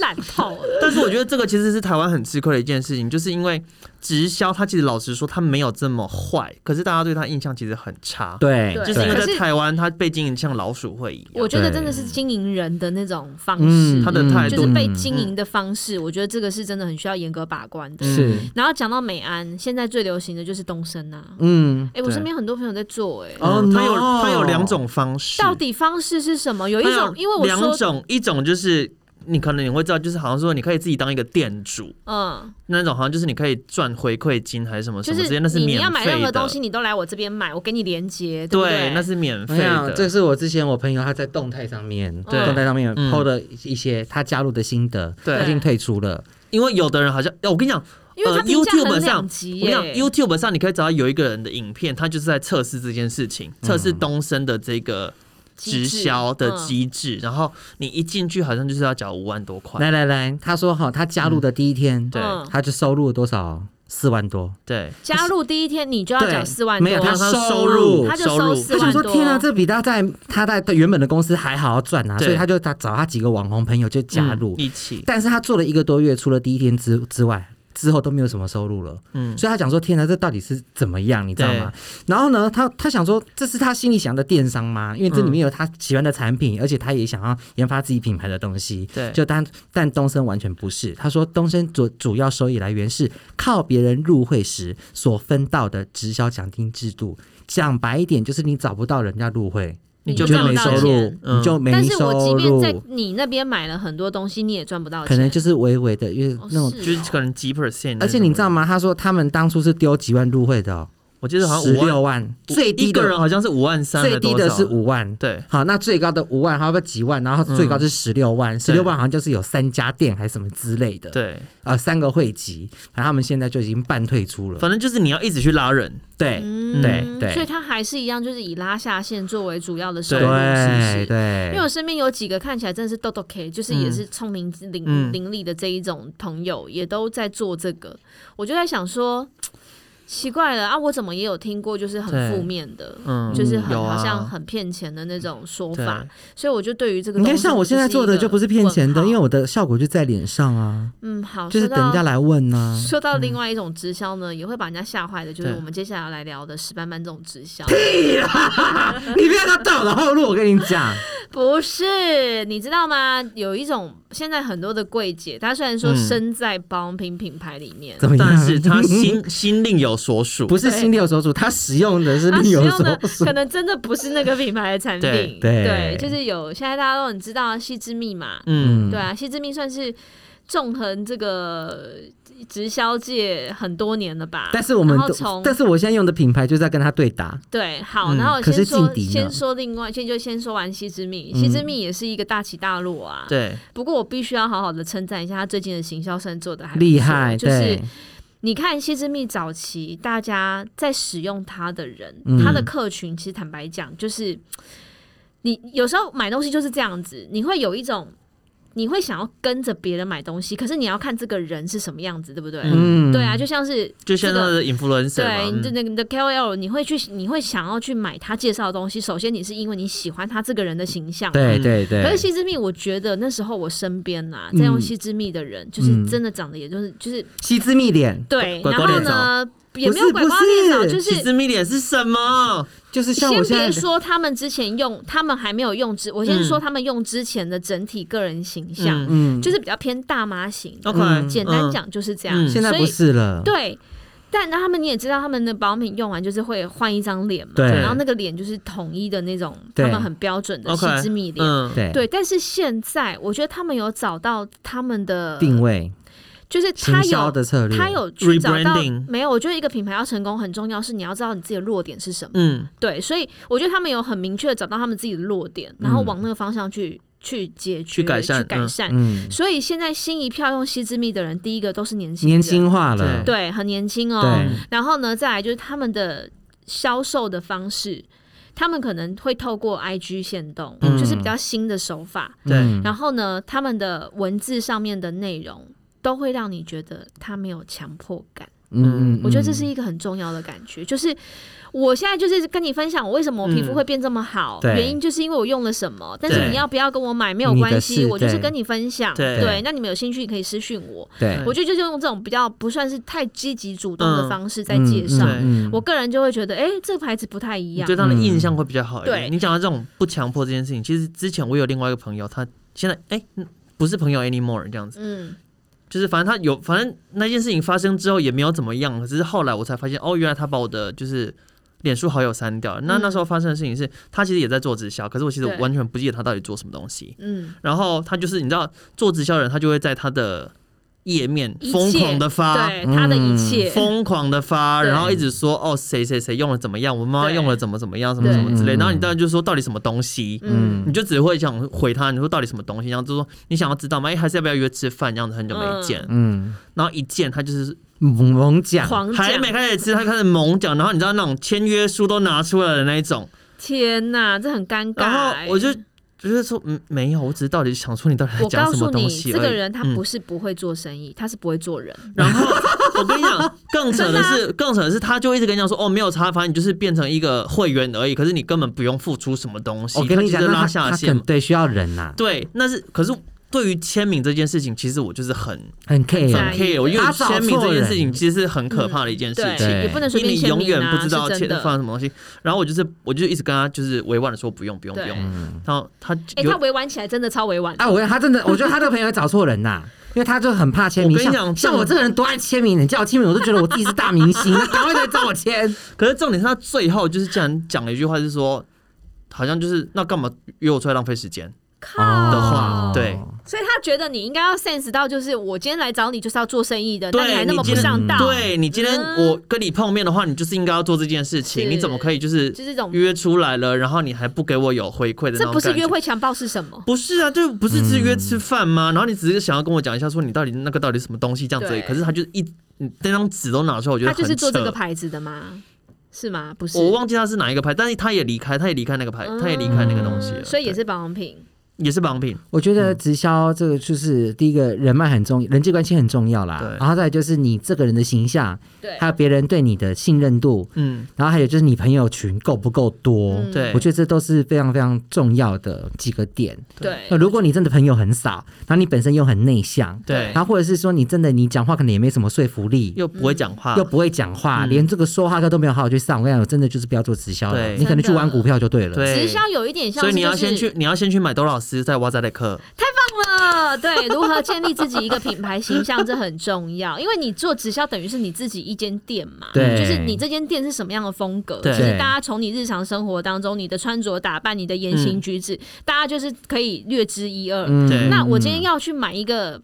[SPEAKER 4] 烂
[SPEAKER 2] [LAUGHS]
[SPEAKER 4] 透了，
[SPEAKER 2] 但是我觉得这个其实是台湾很吃亏的一件事情，就是因为直销，它其实老实说它没有这么坏，可是大家对它印象其实很差。，
[SPEAKER 3] 对，
[SPEAKER 4] 对
[SPEAKER 2] 就是因为
[SPEAKER 4] 可
[SPEAKER 2] 在
[SPEAKER 4] 是
[SPEAKER 2] 台湾它被经营像老鼠会一样。
[SPEAKER 4] 我觉得真的是经营人的那种方式，
[SPEAKER 2] 嗯他的态
[SPEAKER 4] 就是
[SPEAKER 2] 度
[SPEAKER 4] 被经营的方式，我觉得这个是真的很需要严格把关
[SPEAKER 2] 嗯
[SPEAKER 4] 的。
[SPEAKER 3] 是
[SPEAKER 4] 然后讲到美安，现在最流行的就是东升啊，
[SPEAKER 3] 嗯，
[SPEAKER 4] 哎、我
[SPEAKER 2] 对
[SPEAKER 4] 身边很多朋友在做、哎、
[SPEAKER 3] 哦
[SPEAKER 2] 嗯它有
[SPEAKER 3] no
[SPEAKER 2] 它有两种方式，
[SPEAKER 4] 到底方式是什么？有一
[SPEAKER 2] 它有
[SPEAKER 4] 种，因为我
[SPEAKER 2] 两
[SPEAKER 4] 说，
[SPEAKER 2] 种，一种就是你可能你会知道，就是好像说你可以自己当一个店主。
[SPEAKER 4] 嗯，
[SPEAKER 2] 那种好像就是你可以赚回馈金还是什么什
[SPEAKER 4] 就
[SPEAKER 2] 么之类，
[SPEAKER 4] 是
[SPEAKER 2] 那是
[SPEAKER 4] 你你
[SPEAKER 2] 免
[SPEAKER 4] 要买任
[SPEAKER 2] 费
[SPEAKER 4] 何
[SPEAKER 2] 的。
[SPEAKER 4] 东西，你都来我这边买，我给你连接，不对
[SPEAKER 2] 对，？那是免
[SPEAKER 3] 我
[SPEAKER 2] 费
[SPEAKER 3] 想
[SPEAKER 2] 的。
[SPEAKER 3] 哎这是我之前我朋友他在动态上面，
[SPEAKER 4] 对
[SPEAKER 3] 动态上面
[SPEAKER 2] 嗯
[SPEAKER 3] PO 的一些他加入的心得，
[SPEAKER 2] 对
[SPEAKER 3] 他已经退出了。
[SPEAKER 2] 因为有的人好像，哎我跟你讲，
[SPEAKER 4] 因为它
[SPEAKER 2] 呃
[SPEAKER 4] 评价
[SPEAKER 2] ，YouTube
[SPEAKER 4] 很
[SPEAKER 2] 上
[SPEAKER 4] 两极
[SPEAKER 2] 我跟你
[SPEAKER 4] 耶、
[SPEAKER 2] 讲，YouTube 上你可以找到有一个人的影片，他就是在测试这件事情，测试东升的这个直
[SPEAKER 4] 机制
[SPEAKER 2] 销的
[SPEAKER 4] 嗯
[SPEAKER 2] 机制。然后你一进去，好像就是要缴五万多块。
[SPEAKER 3] 来来来，他说哈，他加入的第一天，
[SPEAKER 2] 对
[SPEAKER 4] 嗯
[SPEAKER 3] 他就收入了多少？四万多。
[SPEAKER 2] 对，
[SPEAKER 4] 加入第一天你就要
[SPEAKER 3] 对
[SPEAKER 4] 缴四万多，
[SPEAKER 3] 没有他
[SPEAKER 2] 他
[SPEAKER 3] 收
[SPEAKER 2] 收
[SPEAKER 3] 入
[SPEAKER 2] 入
[SPEAKER 4] 他就
[SPEAKER 2] 收
[SPEAKER 4] 收
[SPEAKER 2] 入
[SPEAKER 4] 四
[SPEAKER 3] 他
[SPEAKER 4] 万
[SPEAKER 3] 想说：“
[SPEAKER 4] 多
[SPEAKER 3] 天啊，这比他在他在原本的公司还好要赚啊！”
[SPEAKER 2] 对
[SPEAKER 3] 所以他就他找他几个网红朋友就加入
[SPEAKER 2] 嗯，一起，
[SPEAKER 3] 但是他做了一个多月，除了第一天之之外，之后都没有什么收入了。
[SPEAKER 2] 嗯，
[SPEAKER 3] 所以他想说：“天哪，这到底是怎么样？你知道吗？”然后呢，他他想说，这是他心里想的电商吗？因为这里面有他喜欢的产品，而且他也想要研发自己品牌的东西。
[SPEAKER 2] 对
[SPEAKER 3] 就但但东升完全不是。他说，东升主主要收益来源是靠别人入会时所分到的直销奖金制度。讲白一点，就是你找不到人家入会，
[SPEAKER 2] 你
[SPEAKER 4] 就
[SPEAKER 3] 就
[SPEAKER 4] 赚不
[SPEAKER 3] 没
[SPEAKER 4] 到
[SPEAKER 3] 收入
[SPEAKER 4] 钱，
[SPEAKER 2] 嗯
[SPEAKER 3] 你就没
[SPEAKER 4] 但是我即
[SPEAKER 3] 收
[SPEAKER 4] 便在
[SPEAKER 3] 入，
[SPEAKER 4] 你那边买了很多东西，你也赚不到钱，
[SPEAKER 3] 可能就是微微的，因为
[SPEAKER 4] 哦
[SPEAKER 3] 那种。
[SPEAKER 4] 是
[SPEAKER 2] 就是
[SPEAKER 4] 哦
[SPEAKER 2] 可能几 percent。
[SPEAKER 3] 而且你知道？吗？他说他们当初是丢几万入会的、哦，
[SPEAKER 2] 我记得好像
[SPEAKER 3] 十
[SPEAKER 2] 五万，
[SPEAKER 3] 六万，最低
[SPEAKER 2] 一个人
[SPEAKER 3] 的
[SPEAKER 2] 好像是五万三，
[SPEAKER 3] 最低的是五万，
[SPEAKER 2] 啊对。嗯
[SPEAKER 3] 好，那最高的五万，还有个几万，然后最高是十六万，十六、万好像就是有三家店还是什么之类的，，
[SPEAKER 2] 对，
[SPEAKER 3] 呃，三个汇集，然后他们现在就已经半退出了，
[SPEAKER 2] 反正就是你要一直去拉人，
[SPEAKER 3] 对，
[SPEAKER 4] 嗯
[SPEAKER 3] 对对
[SPEAKER 4] 所以他还是一样，就是以拉下线作为主要的收入，
[SPEAKER 2] 对
[SPEAKER 4] 是不是
[SPEAKER 3] 对？对，
[SPEAKER 4] 因为我身边有几个看起来真的是豆豆 K，就是也是聪明伶
[SPEAKER 2] 嗯
[SPEAKER 4] 伶俐的这一种朋友，也都在做这个。我就在想说，奇怪了啊，我怎么也有听过就是很
[SPEAKER 2] 对
[SPEAKER 4] 负面的，
[SPEAKER 2] 嗯，
[SPEAKER 4] 就是很
[SPEAKER 2] 有啊
[SPEAKER 4] 好像很骗钱的那种说
[SPEAKER 2] 对
[SPEAKER 4] 法，所以我就对于这个
[SPEAKER 3] 你
[SPEAKER 4] 东西，
[SPEAKER 3] 看像我现在做的就不是骗钱的，因为
[SPEAKER 4] 为
[SPEAKER 3] 我的效果就在脸上啊，
[SPEAKER 4] 嗯
[SPEAKER 2] 哦
[SPEAKER 4] 好，
[SPEAKER 3] 就是
[SPEAKER 4] 说
[SPEAKER 3] 等人家
[SPEAKER 4] 到
[SPEAKER 3] 来问呢、啊。
[SPEAKER 4] 说到另外一种直销呢，也会把人家吓坏的，就是
[SPEAKER 2] 对
[SPEAKER 4] 我们接下来要来聊的石斑斑这种直
[SPEAKER 3] [LAUGHS]
[SPEAKER 4] 销。
[SPEAKER 3] 你不要再断我的后路，我跟你讲，
[SPEAKER 4] 不是，你知道吗？有一种现在很多的柜姐，她虽然说
[SPEAKER 2] 嗯
[SPEAKER 4] 身在保养品品牌里面，
[SPEAKER 3] 怎么样？
[SPEAKER 2] [LAUGHS] 但是他心 [LAUGHS] 心另有所属，
[SPEAKER 3] [LAUGHS] 不是心六手术，他使用的是
[SPEAKER 4] 她
[SPEAKER 3] 另
[SPEAKER 4] 使
[SPEAKER 3] 有
[SPEAKER 4] 用的
[SPEAKER 3] 手术
[SPEAKER 4] 可。能真的不是那个品牌的产品。
[SPEAKER 2] 对
[SPEAKER 3] [LAUGHS] 对
[SPEAKER 4] 就是有现在大家都很知道西之蜜嘛，
[SPEAKER 2] 嗯，
[SPEAKER 4] 对啊，西之蜜算是纵横这个直销界很多年了吧。
[SPEAKER 3] 但是我们
[SPEAKER 4] 然后
[SPEAKER 3] 都
[SPEAKER 4] 从，
[SPEAKER 3] 但是我现在用的品牌就是在跟他对打，
[SPEAKER 4] 对，好，
[SPEAKER 2] 嗯
[SPEAKER 4] 然后
[SPEAKER 3] 可
[SPEAKER 4] 先
[SPEAKER 3] 是
[SPEAKER 4] 说
[SPEAKER 3] 劲敌呢
[SPEAKER 4] 先说另外，先就先说完西之蜜，
[SPEAKER 3] 嗯
[SPEAKER 4] 西之蜜也是一个大起大落啊。
[SPEAKER 2] 对，
[SPEAKER 4] 不过我必须要好好的称赞一下他最近的行销算做的还不错
[SPEAKER 3] 厉害，
[SPEAKER 4] 哎就是
[SPEAKER 3] 对，
[SPEAKER 4] 你看西之蜜早期大家在使用它的人，
[SPEAKER 3] 嗯
[SPEAKER 4] 它的客群其实坦白讲，就是你有时候买东西就是这样子，你会有一种你会想要跟着别人买东西，可是你要看这个人是什么样子，对不对？
[SPEAKER 3] 嗯，
[SPEAKER 4] 对啊，，就像是
[SPEAKER 2] 就现在
[SPEAKER 4] 这个
[SPEAKER 2] 的 influencer
[SPEAKER 4] 对，
[SPEAKER 2] 嘛嗯
[SPEAKER 4] 你的，那个你的 KOL，你会去，你会想要去买他介绍的东西。首先，你是因为你喜欢他这个人的形象。。
[SPEAKER 3] 对对
[SPEAKER 4] 嗯可是
[SPEAKER 3] 对，
[SPEAKER 4] 西之蜜，我觉得那时候我身边呐、
[SPEAKER 3] 嗯
[SPEAKER 4] 在用西之蜜的人，就是
[SPEAKER 3] 嗯
[SPEAKER 4] 真的长得，也就是就是
[SPEAKER 3] 西之蜜脸
[SPEAKER 4] 对，
[SPEAKER 2] 拐
[SPEAKER 4] 然
[SPEAKER 2] 瓜
[SPEAKER 4] 后
[SPEAKER 2] 裂枣
[SPEAKER 4] 呢，也没有
[SPEAKER 3] 不是
[SPEAKER 4] 拐瓜
[SPEAKER 3] 不是
[SPEAKER 4] 裂枣，就
[SPEAKER 2] 嗯，其
[SPEAKER 4] 是嗯
[SPEAKER 2] 实蜜脸是什么？
[SPEAKER 3] 就是像
[SPEAKER 4] 先
[SPEAKER 3] 我现在
[SPEAKER 4] 别
[SPEAKER 3] 的，
[SPEAKER 4] 说他们之前用，他们还没有用之，我先
[SPEAKER 2] 嗯
[SPEAKER 4] 说他们用之前的整体个人形象，
[SPEAKER 2] 嗯
[SPEAKER 3] 嗯，
[SPEAKER 4] 就是比较偏大妈型的。
[SPEAKER 2] OK，
[SPEAKER 3] 嗯
[SPEAKER 4] 简单，讲就是这样，
[SPEAKER 2] 嗯
[SPEAKER 3] 现在
[SPEAKER 4] 所以
[SPEAKER 3] 不是了，
[SPEAKER 4] 对，但那他们你也知道，他们的保养品用完就是会换一张脸嘛，
[SPEAKER 3] 对
[SPEAKER 4] 然后那个脸就是统一的那种，他
[SPEAKER 3] 对
[SPEAKER 4] 们很标准的
[SPEAKER 2] OK，
[SPEAKER 4] 细致密脸。
[SPEAKER 2] 嗯，
[SPEAKER 3] 对
[SPEAKER 4] 对，但是现在我觉得他们有找到他们的
[SPEAKER 3] 定，位
[SPEAKER 4] 就是他
[SPEAKER 3] 行销
[SPEAKER 4] 有
[SPEAKER 3] 的策略，
[SPEAKER 4] 他有去找到
[SPEAKER 2] Rebranding
[SPEAKER 4] 没有？我觉得一个品牌要成功很重要，是你要知道你自己的弱点是什么。
[SPEAKER 2] 嗯，
[SPEAKER 4] 对，所以我觉得他们有很明确的找到他们自己的弱点，然后
[SPEAKER 3] 嗯
[SPEAKER 4] 往那个方向去去解决、
[SPEAKER 2] 去改善
[SPEAKER 4] 去改
[SPEAKER 2] 嗯
[SPEAKER 4] 善。
[SPEAKER 3] 嗯，
[SPEAKER 4] 所以现在新一票用西之蜜的人，第一个都是年轻人
[SPEAKER 3] 年轻化了，
[SPEAKER 4] 对，很年轻
[SPEAKER 2] 嗯
[SPEAKER 4] 哦。
[SPEAKER 3] 对
[SPEAKER 4] 然后呢，再来就是他们的销售的方式，他们可能会透过 IG 限动，
[SPEAKER 3] 嗯
[SPEAKER 4] 就是比较新的手法。
[SPEAKER 3] 嗯
[SPEAKER 4] 然后呢，他们的文字上面的内容都会让你觉得他没有强迫感。
[SPEAKER 3] 嗯，嗯
[SPEAKER 4] 我觉得这是一个很重要的感觉，就是我现在就是跟你分享我为什么我皮肤
[SPEAKER 2] 嗯
[SPEAKER 4] 会变这么好，
[SPEAKER 3] 对
[SPEAKER 4] 原因就是因为我用了什么。但是
[SPEAKER 3] 对
[SPEAKER 4] 你要不要跟我买没有
[SPEAKER 3] 你的
[SPEAKER 4] 关系，
[SPEAKER 3] 事
[SPEAKER 4] 我就是
[SPEAKER 3] 对
[SPEAKER 4] 跟你分享。
[SPEAKER 2] 对
[SPEAKER 4] 对，那你们有兴趣可以私讯我。
[SPEAKER 3] 对
[SPEAKER 4] 我觉得就是用这种比较不算是太积极主动的
[SPEAKER 2] 嗯
[SPEAKER 4] 方式在介绍，
[SPEAKER 2] 对
[SPEAKER 3] 嗯嗯
[SPEAKER 4] 我个人就会觉得，哎、这个牌子不太一
[SPEAKER 2] 你
[SPEAKER 4] 样
[SPEAKER 2] 对。他的印象会比较好一点。
[SPEAKER 4] 对
[SPEAKER 2] 你讲到这种不强迫这件事情，其实之前我有另外一个朋友，他现在哎、嗯不是朋友 anymore 这样子，
[SPEAKER 4] 嗯，
[SPEAKER 2] 就是反正他有，反正那件事情发生之后也没有怎么样，只是后来我才发现哦，原来他把我的就是。脸书好友删掉了，那
[SPEAKER 4] 嗯
[SPEAKER 2] 那时候发生的事情是，他其实也在做直销，可是我其实
[SPEAKER 4] 对
[SPEAKER 2] 完全不记得他到底做什么东西。
[SPEAKER 4] 嗯，
[SPEAKER 2] 然后他就是你知道，做直销的人他就会在他的页面
[SPEAKER 4] 一切
[SPEAKER 2] 疯狂的发，
[SPEAKER 3] 啊
[SPEAKER 4] 对他的一
[SPEAKER 3] 嗯
[SPEAKER 4] 切，
[SPEAKER 2] 疯狂的发，
[SPEAKER 4] 对
[SPEAKER 2] 然后一直说哦谁谁谁用了怎么样，我妈妈
[SPEAKER 4] 对
[SPEAKER 2] 用了怎么怎么样，什么什么之类，
[SPEAKER 3] 对
[SPEAKER 2] 然后你当然就说到底什么东西，
[SPEAKER 4] 嗯
[SPEAKER 2] 你就只会想回他，你说到底什么东西，然后就说你想要知道吗？哎，还是要不要约吃饭？这样子很久没见，
[SPEAKER 3] 嗯
[SPEAKER 2] 然后一见他就是
[SPEAKER 3] 猛猛讲，
[SPEAKER 4] 狂
[SPEAKER 2] 还
[SPEAKER 4] 讲，
[SPEAKER 2] 没开始吃，他开始猛讲，然后你知道那种签约书都拿出来的那一种，
[SPEAKER 4] 天哪，这很尴尬、
[SPEAKER 2] 然
[SPEAKER 4] 哎
[SPEAKER 2] 后我就。就是说，嗯，没有，我只是到底想说你到底在
[SPEAKER 4] 我
[SPEAKER 2] 讲
[SPEAKER 4] 告
[SPEAKER 2] 什么
[SPEAKER 4] 诉
[SPEAKER 2] 东
[SPEAKER 4] 你，
[SPEAKER 2] 西而已。
[SPEAKER 4] 这个人他
[SPEAKER 2] 嗯
[SPEAKER 4] 不是不会做生意，他是不会做人。
[SPEAKER 2] [LAUGHS] 然后我跟你讲，更扯
[SPEAKER 4] 啊
[SPEAKER 2] 的是，更扯的是，他就一直跟你讲说，哦，没有差，反正你就是变成一个会员而已，可是你根本不用付出什么东西，
[SPEAKER 3] 我跟你
[SPEAKER 2] 他
[SPEAKER 3] 讲，
[SPEAKER 2] 就是
[SPEAKER 3] 那
[SPEAKER 2] 拉
[SPEAKER 3] 他
[SPEAKER 2] 下
[SPEAKER 3] 他可
[SPEAKER 2] 线
[SPEAKER 3] 能
[SPEAKER 2] 嘛。
[SPEAKER 3] 对需要人啊呐，
[SPEAKER 2] 对，那是可是对于签名这件事情，其实我就是很
[SPEAKER 3] 很 care，
[SPEAKER 4] 在
[SPEAKER 2] 很
[SPEAKER 4] 意
[SPEAKER 2] care，我因为
[SPEAKER 3] 他找
[SPEAKER 2] 签名这
[SPEAKER 3] 错
[SPEAKER 2] 件
[SPEAKER 3] 人
[SPEAKER 2] 事情其实是很可怕的一件事情。
[SPEAKER 4] [LAUGHS] 嗯对，也不能随
[SPEAKER 2] 因为你
[SPEAKER 4] 便签
[SPEAKER 2] 永
[SPEAKER 4] 名
[SPEAKER 2] 远
[SPEAKER 4] 啊，
[SPEAKER 2] 不知道
[SPEAKER 4] 是
[SPEAKER 2] 签
[SPEAKER 4] 真的。
[SPEAKER 2] 放什么东西，然后我就是我就一直跟他就是委婉的说不用不用不
[SPEAKER 4] 对
[SPEAKER 2] 用，然后他
[SPEAKER 4] 哎、
[SPEAKER 2] 有
[SPEAKER 4] 他委婉起来真的超委婉。
[SPEAKER 3] 啊，我跟你讲
[SPEAKER 2] [LAUGHS]
[SPEAKER 3] 他真的，我觉得他这个朋友也找错人呐、因为他就很怕签名。
[SPEAKER 2] 我跟你
[SPEAKER 3] 像
[SPEAKER 2] 讲
[SPEAKER 3] 像我这个人多爱签名，你叫我签名，我都觉得我自己是大明星， [LAUGHS] 赶快来找我签。
[SPEAKER 2] 可是重点是他最后就是竟然讲了一句话，是说好像就是那干嘛约我出来浪费时间？
[SPEAKER 4] 靠
[SPEAKER 2] 的话对
[SPEAKER 4] 所以他觉得你应该要 sense 到，就是我今天来找你就是要做生意的，
[SPEAKER 2] 对
[SPEAKER 4] 那你还那
[SPEAKER 2] 你
[SPEAKER 4] 么不
[SPEAKER 2] 今天
[SPEAKER 4] 上道，
[SPEAKER 2] 对你今天
[SPEAKER 4] 嗯
[SPEAKER 2] 我跟你碰面的话，你就是应该要做这件事情，
[SPEAKER 4] 是
[SPEAKER 2] 你怎么可以就是
[SPEAKER 4] 就这种
[SPEAKER 2] 约出来了，然后你还不给我有回馈的那
[SPEAKER 4] 这
[SPEAKER 2] 种
[SPEAKER 4] 不是
[SPEAKER 2] 感觉
[SPEAKER 4] 约？会强暴是什么？
[SPEAKER 2] 不是啊，就不是只是约吃饭吗？然后你只是想要跟我讲一下，说你到底那个到底什么东西这样子而已，
[SPEAKER 4] 嗯对
[SPEAKER 2] 可是他就一嗯那张纸都拿出来，我觉得
[SPEAKER 4] 他就是
[SPEAKER 2] 很
[SPEAKER 4] 做这个
[SPEAKER 2] 扯。
[SPEAKER 4] 牌子的吗？是吗？不是，
[SPEAKER 2] 我忘记他是哪一个牌，但是他也离开，他也离开那个牌，他也离开那个东西了，
[SPEAKER 4] 嗯所以也
[SPEAKER 2] 对
[SPEAKER 4] 是保养品。
[SPEAKER 2] 也是保养品。
[SPEAKER 3] 我觉得直销这个就是第一个人脉很重，人际关系很重要啦
[SPEAKER 2] 对。
[SPEAKER 3] 然后再来就是你这个人的形象，
[SPEAKER 4] 对
[SPEAKER 3] 还有别人对你的信任度，
[SPEAKER 2] 嗯，
[SPEAKER 3] 然后还有就是你朋友群够不够多。
[SPEAKER 4] 嗯
[SPEAKER 2] 对
[SPEAKER 3] 我，觉得这都是非常非常重要的几个点。
[SPEAKER 4] 对
[SPEAKER 3] 那，如果你真的朋友很少，然后你本身又很内向，
[SPEAKER 2] 对
[SPEAKER 3] 然后或者是说你真的你讲话可能也没什么说服力，
[SPEAKER 2] 又不会讲话
[SPEAKER 3] 又，不会讲话，
[SPEAKER 2] 啊嗯
[SPEAKER 3] 连这个说话课都没有好好去上。我跟你讲，我真的就是不要做直销了，
[SPEAKER 2] 对
[SPEAKER 3] 你可能去玩股票就对了。
[SPEAKER 2] 对，
[SPEAKER 4] 直销有一点像
[SPEAKER 2] 所
[SPEAKER 4] 是、就是，
[SPEAKER 2] 以你要先去，你要先去买多老师在挖仔的课，
[SPEAKER 4] 了， [LAUGHS] 对，如何建立自己一个品牌形象，这很重要，因为你做直销等于是你自己一间店嘛，
[SPEAKER 3] 对
[SPEAKER 4] 就是你这间店是什么样的风格，
[SPEAKER 2] 对
[SPEAKER 4] 就是大家从你日常生活当中，你的穿着打扮、你的言
[SPEAKER 2] 嗯
[SPEAKER 4] 行举止，大家就是可以略知一二。
[SPEAKER 3] 嗯
[SPEAKER 2] 对
[SPEAKER 4] 那我今天要去买一个。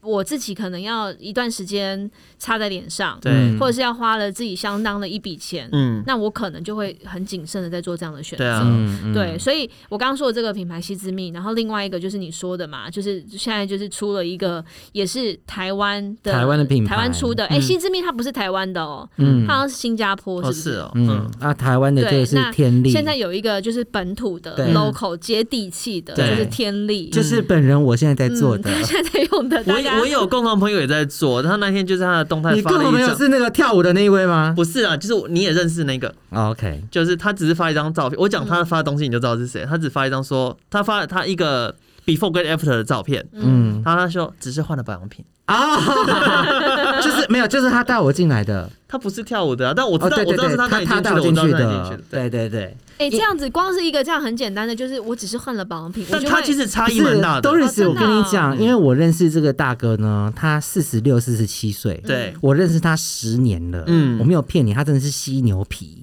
[SPEAKER 4] 我自己可能要一段时间擦在脸上，
[SPEAKER 2] 对
[SPEAKER 3] 嗯，
[SPEAKER 4] 或者是要花了自己相当的一笔钱，
[SPEAKER 2] 嗯，
[SPEAKER 4] 那我可能就会很谨慎的在做这样的选择。
[SPEAKER 2] 对啊
[SPEAKER 3] 嗯，嗯
[SPEAKER 4] 对，所以我刚刚说的这个品牌西之蜜，然后另外一个就是你说的嘛，就是现在就是出了一个也是台湾的
[SPEAKER 3] 台湾的品牌
[SPEAKER 4] 台湾出的，哎、
[SPEAKER 2] 嗯
[SPEAKER 4] 西之蜜它不是台湾的哦，
[SPEAKER 3] 嗯
[SPEAKER 4] 它好像是新加坡，是
[SPEAKER 2] 哦
[SPEAKER 4] 不是？
[SPEAKER 2] 是哦，
[SPEAKER 3] 嗯
[SPEAKER 2] 嗯，，
[SPEAKER 3] 那台湾的这
[SPEAKER 4] 对
[SPEAKER 3] 个是
[SPEAKER 4] 那
[SPEAKER 3] 天力，
[SPEAKER 4] 现在有一个就是本土的
[SPEAKER 3] 对
[SPEAKER 4] local 接地气的，就
[SPEAKER 2] 对
[SPEAKER 4] 是天力，
[SPEAKER 3] 就是本人我现在在做的。
[SPEAKER 4] 嗯、 [LAUGHS] 现在在用的，大家
[SPEAKER 2] 我我有共同朋友也在做，他 [LAUGHS] 那天就是他的动态
[SPEAKER 3] 你
[SPEAKER 2] 发
[SPEAKER 3] 共
[SPEAKER 2] 了
[SPEAKER 3] 同朋
[SPEAKER 2] 一
[SPEAKER 3] 友
[SPEAKER 2] 张，
[SPEAKER 3] 是那个跳舞的那一位吗哦
[SPEAKER 2] 不是啊，就是我你也认识那个，
[SPEAKER 3] ？OK，
[SPEAKER 2] 就是他只是发一张照片，我讲他发的东西你就知道是谁，他只发一张说他发了他一个 before 跟 after 的照片， [LAUGHS]
[SPEAKER 3] 嗯
[SPEAKER 2] 他他说只是换了保养品，
[SPEAKER 3] 啊， [LAUGHS] 就是没有，就是他带我进来的。
[SPEAKER 2] 他不是跳舞的啊，但我知
[SPEAKER 3] 哦，
[SPEAKER 2] 道
[SPEAKER 3] 对
[SPEAKER 2] 我
[SPEAKER 3] 对
[SPEAKER 2] 知道
[SPEAKER 3] 对，
[SPEAKER 2] 是
[SPEAKER 3] 他
[SPEAKER 2] 带你进去的，我
[SPEAKER 3] 带我进
[SPEAKER 2] 知道
[SPEAKER 3] 去
[SPEAKER 2] 是带你进
[SPEAKER 3] 的
[SPEAKER 2] 去，的，
[SPEAKER 3] 对对对。
[SPEAKER 4] 哎、这样子光是一个这样很简单的，就是我只是换了保养品，我
[SPEAKER 2] 但
[SPEAKER 4] 就
[SPEAKER 2] 他
[SPEAKER 4] 会
[SPEAKER 2] 其实差
[SPEAKER 3] 不
[SPEAKER 2] 异蛮大的，
[SPEAKER 4] 哦
[SPEAKER 3] Doris，
[SPEAKER 4] 真
[SPEAKER 3] 我
[SPEAKER 4] 的
[SPEAKER 3] 跟你
[SPEAKER 4] 哦
[SPEAKER 3] 讲，因为我认识这个大哥呢，他四十六、四十七岁，
[SPEAKER 2] 对
[SPEAKER 3] 我认识他十年了，嗯，
[SPEAKER 2] 嗯
[SPEAKER 3] 我没有骗你，他真的是犀牛皮，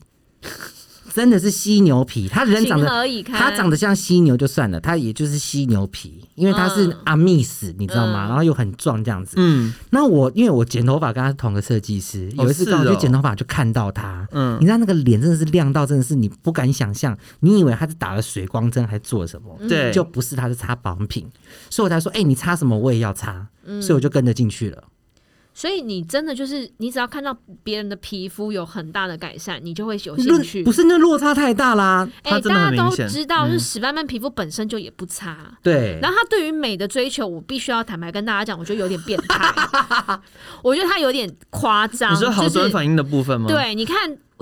[SPEAKER 3] [LAUGHS] 真的是犀牛皮，他人长
[SPEAKER 4] 情
[SPEAKER 3] 得。
[SPEAKER 4] 何以堪，
[SPEAKER 3] 他长得像犀牛就算了，他也就是犀牛皮，因为他是
[SPEAKER 4] 嗯
[SPEAKER 3] 阿密斯，你知道吗？
[SPEAKER 4] 嗯
[SPEAKER 3] 然后又很壮这样子。
[SPEAKER 2] 嗯
[SPEAKER 3] 那我因为我剪头发跟他是同个设计师，
[SPEAKER 2] 哦
[SPEAKER 3] 有一次
[SPEAKER 2] 是
[SPEAKER 3] 刚好去
[SPEAKER 2] 哦
[SPEAKER 3] 剪头发就看到他，
[SPEAKER 2] 嗯
[SPEAKER 3] 你知道那个脸真的是亮到真的是你不敢想象，你以为他是打了水光针还做了什么，
[SPEAKER 2] 对，
[SPEAKER 3] 嗯就不是他是擦保养品，所以我才说，哎、你擦什么我也要擦，
[SPEAKER 2] 嗯
[SPEAKER 3] 所以我就跟着进去了。
[SPEAKER 4] 所以你真的就是，你只要看到别人的皮肤有很大的改善，你就会有
[SPEAKER 3] 论
[SPEAKER 4] 兴趣
[SPEAKER 3] 不。是那落差太大啦，
[SPEAKER 4] 哎、
[SPEAKER 2] 它真的
[SPEAKER 4] 大
[SPEAKER 2] 很
[SPEAKER 4] 家
[SPEAKER 2] 明
[SPEAKER 4] 都
[SPEAKER 2] 显嗯
[SPEAKER 4] 知道，就是史班曼皮肤本身就也不差。
[SPEAKER 3] 对，
[SPEAKER 4] 然后他对于美的追求，我必须要坦白跟大家讲，我觉得有点变态，
[SPEAKER 2] [LAUGHS]
[SPEAKER 4] 我觉得他有点夸张。
[SPEAKER 2] 你说好
[SPEAKER 4] 就
[SPEAKER 2] 转
[SPEAKER 4] 是
[SPEAKER 2] 反应的部分吗？，
[SPEAKER 4] 对，你看，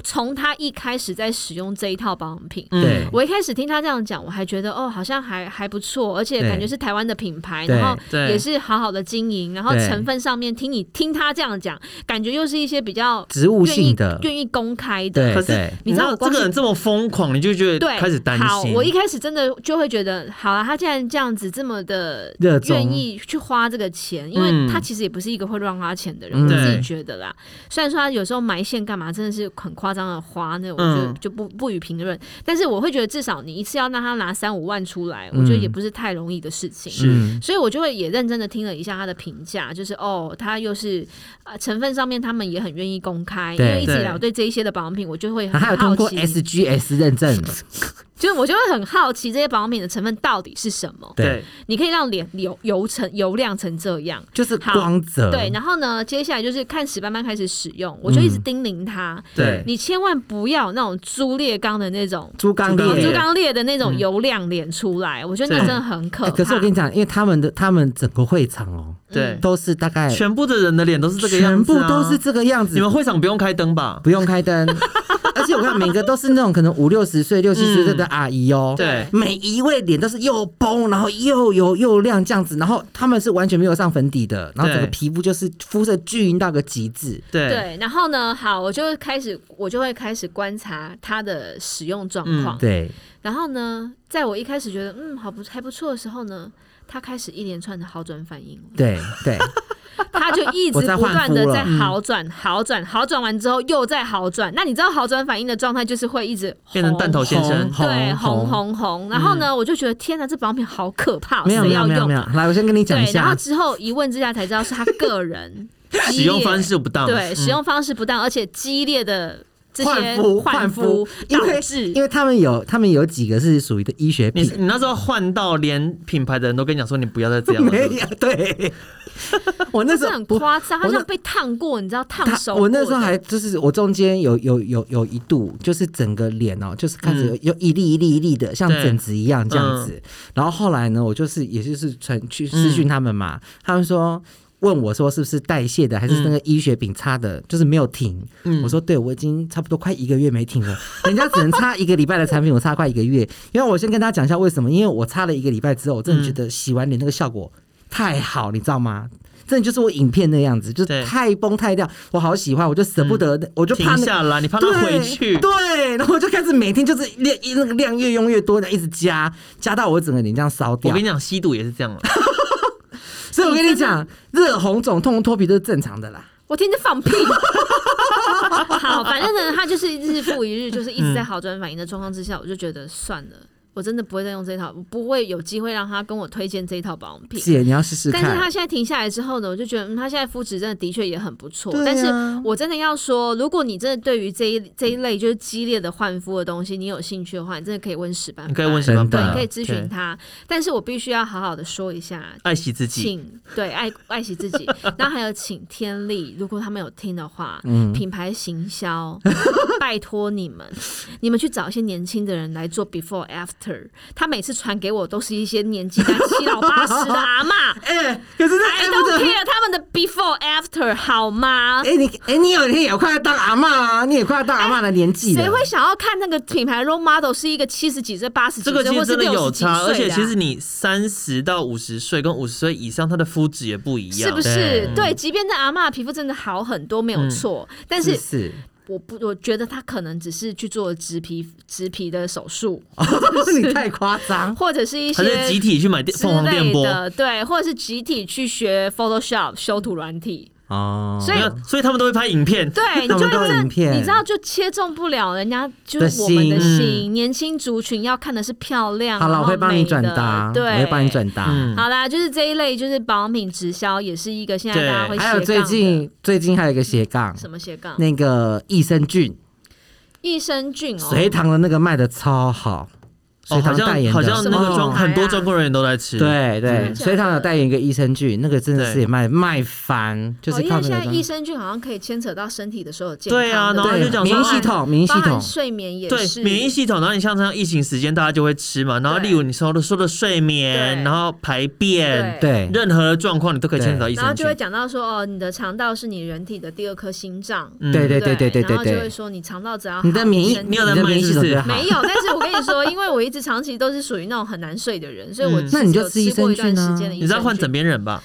[SPEAKER 4] 从他一开始在使用这一套保养品，
[SPEAKER 3] 对
[SPEAKER 2] 嗯，
[SPEAKER 4] 我一开始听他这样讲，我还觉得哦，好像还还不错，而且
[SPEAKER 3] 对
[SPEAKER 4] 感觉是台湾的品牌，
[SPEAKER 3] 对
[SPEAKER 4] 然后
[SPEAKER 2] 对
[SPEAKER 4] 也是好好的经营，然后
[SPEAKER 3] 对
[SPEAKER 4] 成分上面听你听他这样讲，感觉又是一些比较
[SPEAKER 3] 植物
[SPEAKER 4] 愿意
[SPEAKER 3] 性的，
[SPEAKER 4] 愿意公开的。
[SPEAKER 3] 对
[SPEAKER 2] 可是
[SPEAKER 3] 对，
[SPEAKER 4] 你知道我
[SPEAKER 2] 这
[SPEAKER 4] 光
[SPEAKER 2] 个
[SPEAKER 4] 是
[SPEAKER 2] 人这么疯狂，你就觉得
[SPEAKER 4] 对，
[SPEAKER 2] 开始担
[SPEAKER 4] 好，
[SPEAKER 2] 心。
[SPEAKER 4] 我一开始真的就会觉得，好啊，他既然这样子这么的
[SPEAKER 3] 热衷
[SPEAKER 4] 愿意去花这个钱，因为
[SPEAKER 2] 嗯
[SPEAKER 4] 他其实也不是一个会乱花钱的人，
[SPEAKER 3] 嗯
[SPEAKER 4] 我自己
[SPEAKER 2] 对
[SPEAKER 4] 觉得啦。虽然说他有时候埋线干嘛，真的是很夸张的花，那我就、
[SPEAKER 2] 嗯
[SPEAKER 4] 就不不予评论。但是我会觉得，至少你一次要让他拿三五万出来，我觉得
[SPEAKER 3] 嗯
[SPEAKER 4] 也不是太容易的事情。
[SPEAKER 2] 是
[SPEAKER 3] 嗯
[SPEAKER 4] 所以我就会也认真的听了一下他的评价，就是哦，他又是呃成分上面他们也很愿意公开，因
[SPEAKER 3] 对
[SPEAKER 4] 为一直以来
[SPEAKER 2] 对
[SPEAKER 4] 我对这一些的保养品我就会
[SPEAKER 3] 然
[SPEAKER 4] 很
[SPEAKER 3] 啊后还有通
[SPEAKER 4] 好
[SPEAKER 3] 过
[SPEAKER 4] 奇，
[SPEAKER 3] SGS
[SPEAKER 4] [LAUGHS]
[SPEAKER 3] 认证，
[SPEAKER 4] 就是我就会很好奇这些保养品的成分到底是什么，
[SPEAKER 2] 对，
[SPEAKER 4] 你可以让脸油油成油亮成这样。
[SPEAKER 3] 就是
[SPEAKER 4] 好
[SPEAKER 3] 光泽，
[SPEAKER 4] 对，然后呢，接下来就是看史班班开始使用，我就一直
[SPEAKER 3] 嗯
[SPEAKER 4] 叮咛他，
[SPEAKER 2] 对
[SPEAKER 4] 你千万不要那种猪裂缸的那种。
[SPEAKER 3] 猪刚
[SPEAKER 2] 对
[SPEAKER 4] 猪
[SPEAKER 3] 烈。
[SPEAKER 4] 刚裂的那种油亮脸出来，我觉得那
[SPEAKER 2] 对
[SPEAKER 4] 真的很可
[SPEAKER 3] 嗯哎
[SPEAKER 4] 怕。
[SPEAKER 3] 可是我跟你讲，因为他们的他们整个会场哦，
[SPEAKER 2] 对，
[SPEAKER 3] 都是大概
[SPEAKER 2] 全部的人的脸都是这个样
[SPEAKER 3] 全
[SPEAKER 2] 子、啊，
[SPEAKER 3] 部都是。这个样子
[SPEAKER 2] 你，们会场不用开灯吧？
[SPEAKER 3] 不用开灯。而且我看每个都是那种可能五六十岁、六七十岁的阿姨哦、
[SPEAKER 2] 对
[SPEAKER 3] 每一位脸都是又崩，然后又油又亮这样子，然后他们是完全没有上粉底的，然后整个
[SPEAKER 2] 对
[SPEAKER 3] 皮肤就是肤色均匀到个极致。
[SPEAKER 2] 对
[SPEAKER 4] 对，然后呢，好，我就开始，我就会开始观察它的使用状况。
[SPEAKER 3] 嗯对，
[SPEAKER 4] 然后呢，在我一开始觉得嗯好不还不错的时候呢，他开始一连串的好转反应了，
[SPEAKER 3] 对，对，
[SPEAKER 4] 他就一直
[SPEAKER 3] 我在
[SPEAKER 4] 不
[SPEAKER 3] 换
[SPEAKER 4] 断
[SPEAKER 3] 肤
[SPEAKER 4] 的
[SPEAKER 3] 了
[SPEAKER 4] 在好转、好转、好转完之后又在好转。那你知道好转反应的状态就是会一直
[SPEAKER 2] 变成
[SPEAKER 4] 红
[SPEAKER 2] 弹头先生
[SPEAKER 3] 红嗯
[SPEAKER 4] 对，红红红。然后呢，我就觉得天哪，这保养品好可怕，
[SPEAKER 3] [LAUGHS] 没有
[SPEAKER 4] 谁
[SPEAKER 3] 没有
[SPEAKER 4] 要
[SPEAKER 3] 没有
[SPEAKER 4] 用
[SPEAKER 3] 没有
[SPEAKER 4] 啊？。
[SPEAKER 3] 来，我先跟你讲一
[SPEAKER 4] 对，然后
[SPEAKER 3] 下，
[SPEAKER 4] 之后一问之下才知道是他个
[SPEAKER 3] [LAUGHS]
[SPEAKER 4] 人
[SPEAKER 2] 使用方式不当。
[SPEAKER 4] 对，使用方式不当，而且激烈的这些
[SPEAKER 3] 嗯换肤
[SPEAKER 4] 换肤
[SPEAKER 3] 因
[SPEAKER 4] 导
[SPEAKER 3] 为
[SPEAKER 4] 致
[SPEAKER 3] 因。为他们有他们有几个是属于的医学
[SPEAKER 2] 你
[SPEAKER 3] 品，
[SPEAKER 2] 你那时候换到连品牌的人都跟你讲说你不要再这样了。
[SPEAKER 3] [LAUGHS] 没有对。我那时
[SPEAKER 4] 这
[SPEAKER 3] 候
[SPEAKER 4] 很
[SPEAKER 3] 不
[SPEAKER 4] 夸张，
[SPEAKER 3] 我
[SPEAKER 4] 他
[SPEAKER 3] 那
[SPEAKER 4] 像被烫过，你知道烫
[SPEAKER 3] 他
[SPEAKER 4] 手过
[SPEAKER 3] 我
[SPEAKER 4] 的。
[SPEAKER 3] 那时候还就是我中间有有有有一度就是整个脸哦、就是开
[SPEAKER 4] 嗯
[SPEAKER 3] 始有有一粒一粒一粒的，像
[SPEAKER 2] 对
[SPEAKER 3] 疹子一样这样子。然后后来呢，我就是也就是传
[SPEAKER 4] 嗯
[SPEAKER 3] 去私讯他们嘛，他们说。问我说是不是代谢的，还是那
[SPEAKER 4] 嗯
[SPEAKER 3] 个医学饼擦的，就是没有停。我说对，我已经差不多快一个月没停了。人家只能擦一个礼拜的产品，我擦快一个月。因为我先跟大家讲一下为什么，因为我擦了一个礼拜之后，我真
[SPEAKER 4] 嗯
[SPEAKER 3] 的觉得洗完脸那个效果太好，你知道吗？真的就是我影片那样子，就是
[SPEAKER 2] 对
[SPEAKER 3] 太崩太掉，我好喜欢，我就舍不得，我就怕
[SPEAKER 2] 停
[SPEAKER 3] 那
[SPEAKER 2] 下来，你怕他
[SPEAKER 3] 对
[SPEAKER 2] 回去。
[SPEAKER 3] 对，然后我就开始每天就是量一那个量越用越多的，一直加，加到我整个脸这样烧
[SPEAKER 2] 我
[SPEAKER 3] 掉
[SPEAKER 2] 跟你。讲，吸毒也是这样了。
[SPEAKER 3] 所以我跟你讲，热红肿、痛风、脱皮都是正常的啦。
[SPEAKER 4] 我天天放屁。 [LAUGHS] 好，反正呢，他就是日复一日，就是一直在好转反应的状况之下，我就觉得算了，我真的不会再用这套，我不会有机会让他跟我推荐这一套保养品。
[SPEAKER 3] 姐，你要试试
[SPEAKER 4] 但是他
[SPEAKER 3] 看。
[SPEAKER 4] 现在停下来之后呢，我就觉得，嗯，他现在肤质真的的确也很不错。
[SPEAKER 3] 对啊
[SPEAKER 4] 但是我真的要说，如果你真的对于这一这一类就是激烈的换肤的东西，你有兴趣的话，你真的可以问史班
[SPEAKER 2] 你
[SPEAKER 4] 班，
[SPEAKER 2] 可以问什么
[SPEAKER 3] 真的
[SPEAKER 4] 对，你
[SPEAKER 2] 办
[SPEAKER 4] 可
[SPEAKER 2] 法？
[SPEAKER 4] 以咨询他。但是我必须要好好的说一下，
[SPEAKER 2] 爱惜自己，
[SPEAKER 4] 请对爱 [LAUGHS] 爱惜自己，然后还有请天力，如果他们有听的话，
[SPEAKER 2] 嗯
[SPEAKER 4] 品牌行销，拜托你们，你们去找一些年轻的人来做 before after。他每次传给我都是一些年纪大七老八十的阿嬷。
[SPEAKER 3] 哎、可是那
[SPEAKER 4] I don't care 他们的 before after 好吗？
[SPEAKER 3] 哎、你哎、你有一天也快要当阿嬷啊，你也快要当阿嬷的年纪了。
[SPEAKER 4] 哎谁会想要看那个品牌 role model 是一个七十几岁、八十几
[SPEAKER 2] 这个
[SPEAKER 4] 岁，
[SPEAKER 2] 其
[SPEAKER 4] 或
[SPEAKER 2] 实
[SPEAKER 4] 是
[SPEAKER 2] 真的
[SPEAKER 4] 六
[SPEAKER 2] 有
[SPEAKER 4] 十几
[SPEAKER 2] 差，而
[SPEAKER 4] 岁
[SPEAKER 2] 且
[SPEAKER 4] 的啊
[SPEAKER 2] 其实你三十到五十岁跟五十岁以上，他的肤质也不一样，
[SPEAKER 4] 是不是
[SPEAKER 3] 对
[SPEAKER 4] 对？即便那阿嬷皮肤真的好很多，
[SPEAKER 2] 嗯
[SPEAKER 4] 没有错，但
[SPEAKER 3] 是
[SPEAKER 4] 是
[SPEAKER 3] 不是？
[SPEAKER 4] 我不，我觉得他可能只是去做植皮植皮的手术，
[SPEAKER 3] 啊你太夸张。
[SPEAKER 4] 或者是一
[SPEAKER 2] 还
[SPEAKER 4] 些
[SPEAKER 2] 是集体去买电
[SPEAKER 4] 之
[SPEAKER 2] 凤凰电
[SPEAKER 4] 类
[SPEAKER 2] 波？
[SPEAKER 4] 的，对，或者是集体去学 Photoshop 修图软体。
[SPEAKER 3] 哦，
[SPEAKER 4] 所以
[SPEAKER 2] 没有，所以他们都会拍影片。
[SPEAKER 3] [LAUGHS]
[SPEAKER 4] 对，你
[SPEAKER 3] 他
[SPEAKER 4] 就
[SPEAKER 3] 们
[SPEAKER 4] 会
[SPEAKER 3] 都有影
[SPEAKER 4] 真的，
[SPEAKER 3] 片
[SPEAKER 4] 你知道，就切中不了人家就是我们的
[SPEAKER 3] 的嗯
[SPEAKER 4] 心。年轻族群要看的是漂亮，
[SPEAKER 3] 好了，
[SPEAKER 4] 然
[SPEAKER 3] 我
[SPEAKER 4] 后
[SPEAKER 3] 会帮你
[SPEAKER 4] 美的
[SPEAKER 3] 转达，
[SPEAKER 4] 对，
[SPEAKER 3] 我会帮你。转达。
[SPEAKER 2] 嗯，
[SPEAKER 4] 好啦，就是这一类，就是保养品直销，也是一个现在大家
[SPEAKER 2] 对
[SPEAKER 4] 会
[SPEAKER 3] 还有
[SPEAKER 4] 斜
[SPEAKER 3] 最
[SPEAKER 4] 杠的
[SPEAKER 3] 近最近还有一个斜杠，
[SPEAKER 4] 什么斜杠？
[SPEAKER 3] 那个益生菌，
[SPEAKER 4] 益生菌哦，
[SPEAKER 3] 隋唐的那个卖的超好，隋
[SPEAKER 2] 哦，好
[SPEAKER 3] 唐代
[SPEAKER 2] 像
[SPEAKER 3] 言的，
[SPEAKER 2] 好像那个
[SPEAKER 4] 妆
[SPEAKER 2] 中
[SPEAKER 4] 哦
[SPEAKER 2] 很多中国人都在吃。，
[SPEAKER 3] 对
[SPEAKER 4] 真的
[SPEAKER 3] 对，
[SPEAKER 4] 假
[SPEAKER 3] 隋唐有代言一个益生菌，那个真的
[SPEAKER 2] 对
[SPEAKER 3] 是也卖卖翻，就是
[SPEAKER 4] 哦因
[SPEAKER 3] 靠
[SPEAKER 4] 为
[SPEAKER 3] 那
[SPEAKER 4] 现在
[SPEAKER 3] 个
[SPEAKER 4] 益生菌好像可以牵扯到身体的所有健康，
[SPEAKER 2] 对啊
[SPEAKER 4] 不
[SPEAKER 2] 然后就讲说哎
[SPEAKER 3] 免疫系统，免疫系
[SPEAKER 4] 包含
[SPEAKER 3] 统，
[SPEAKER 4] 睡眠也
[SPEAKER 2] 对
[SPEAKER 4] 是，
[SPEAKER 2] 免疫系统，然后你像这样疫情时间，大家就会吃嘛。然后
[SPEAKER 4] 对
[SPEAKER 2] 例如你说的说的睡眠，
[SPEAKER 4] 对
[SPEAKER 2] 然后排便，
[SPEAKER 3] 对
[SPEAKER 2] 任何的状况你都可以牵扯到益
[SPEAKER 4] 然后
[SPEAKER 2] 生
[SPEAKER 4] 就
[SPEAKER 2] 菌
[SPEAKER 4] 会。讲到说哦，你的肠道是你人体的第二颗心脏，
[SPEAKER 2] 嗯
[SPEAKER 3] [LAUGHS] 对对对对对
[SPEAKER 4] 然后
[SPEAKER 3] 对
[SPEAKER 4] 就会
[SPEAKER 3] 对，
[SPEAKER 4] 说你肠道只要好
[SPEAKER 3] 你的免疫，
[SPEAKER 4] 身体
[SPEAKER 2] 你有在
[SPEAKER 3] 的
[SPEAKER 2] 卖
[SPEAKER 3] 免疫系
[SPEAKER 2] 是
[SPEAKER 3] 统
[SPEAKER 2] 不是
[SPEAKER 3] 就好
[SPEAKER 4] 没。有，但是我跟你
[SPEAKER 3] [LAUGHS]
[SPEAKER 4] 说，因为我一直长期都是属于那种很难睡的人，所以我
[SPEAKER 2] 嗯
[SPEAKER 4] 其实
[SPEAKER 3] 那你就
[SPEAKER 4] 有
[SPEAKER 3] 吃益
[SPEAKER 4] 过一段
[SPEAKER 3] 生菌啊
[SPEAKER 4] 时间的益生菌。
[SPEAKER 2] 你知道换枕边人吧？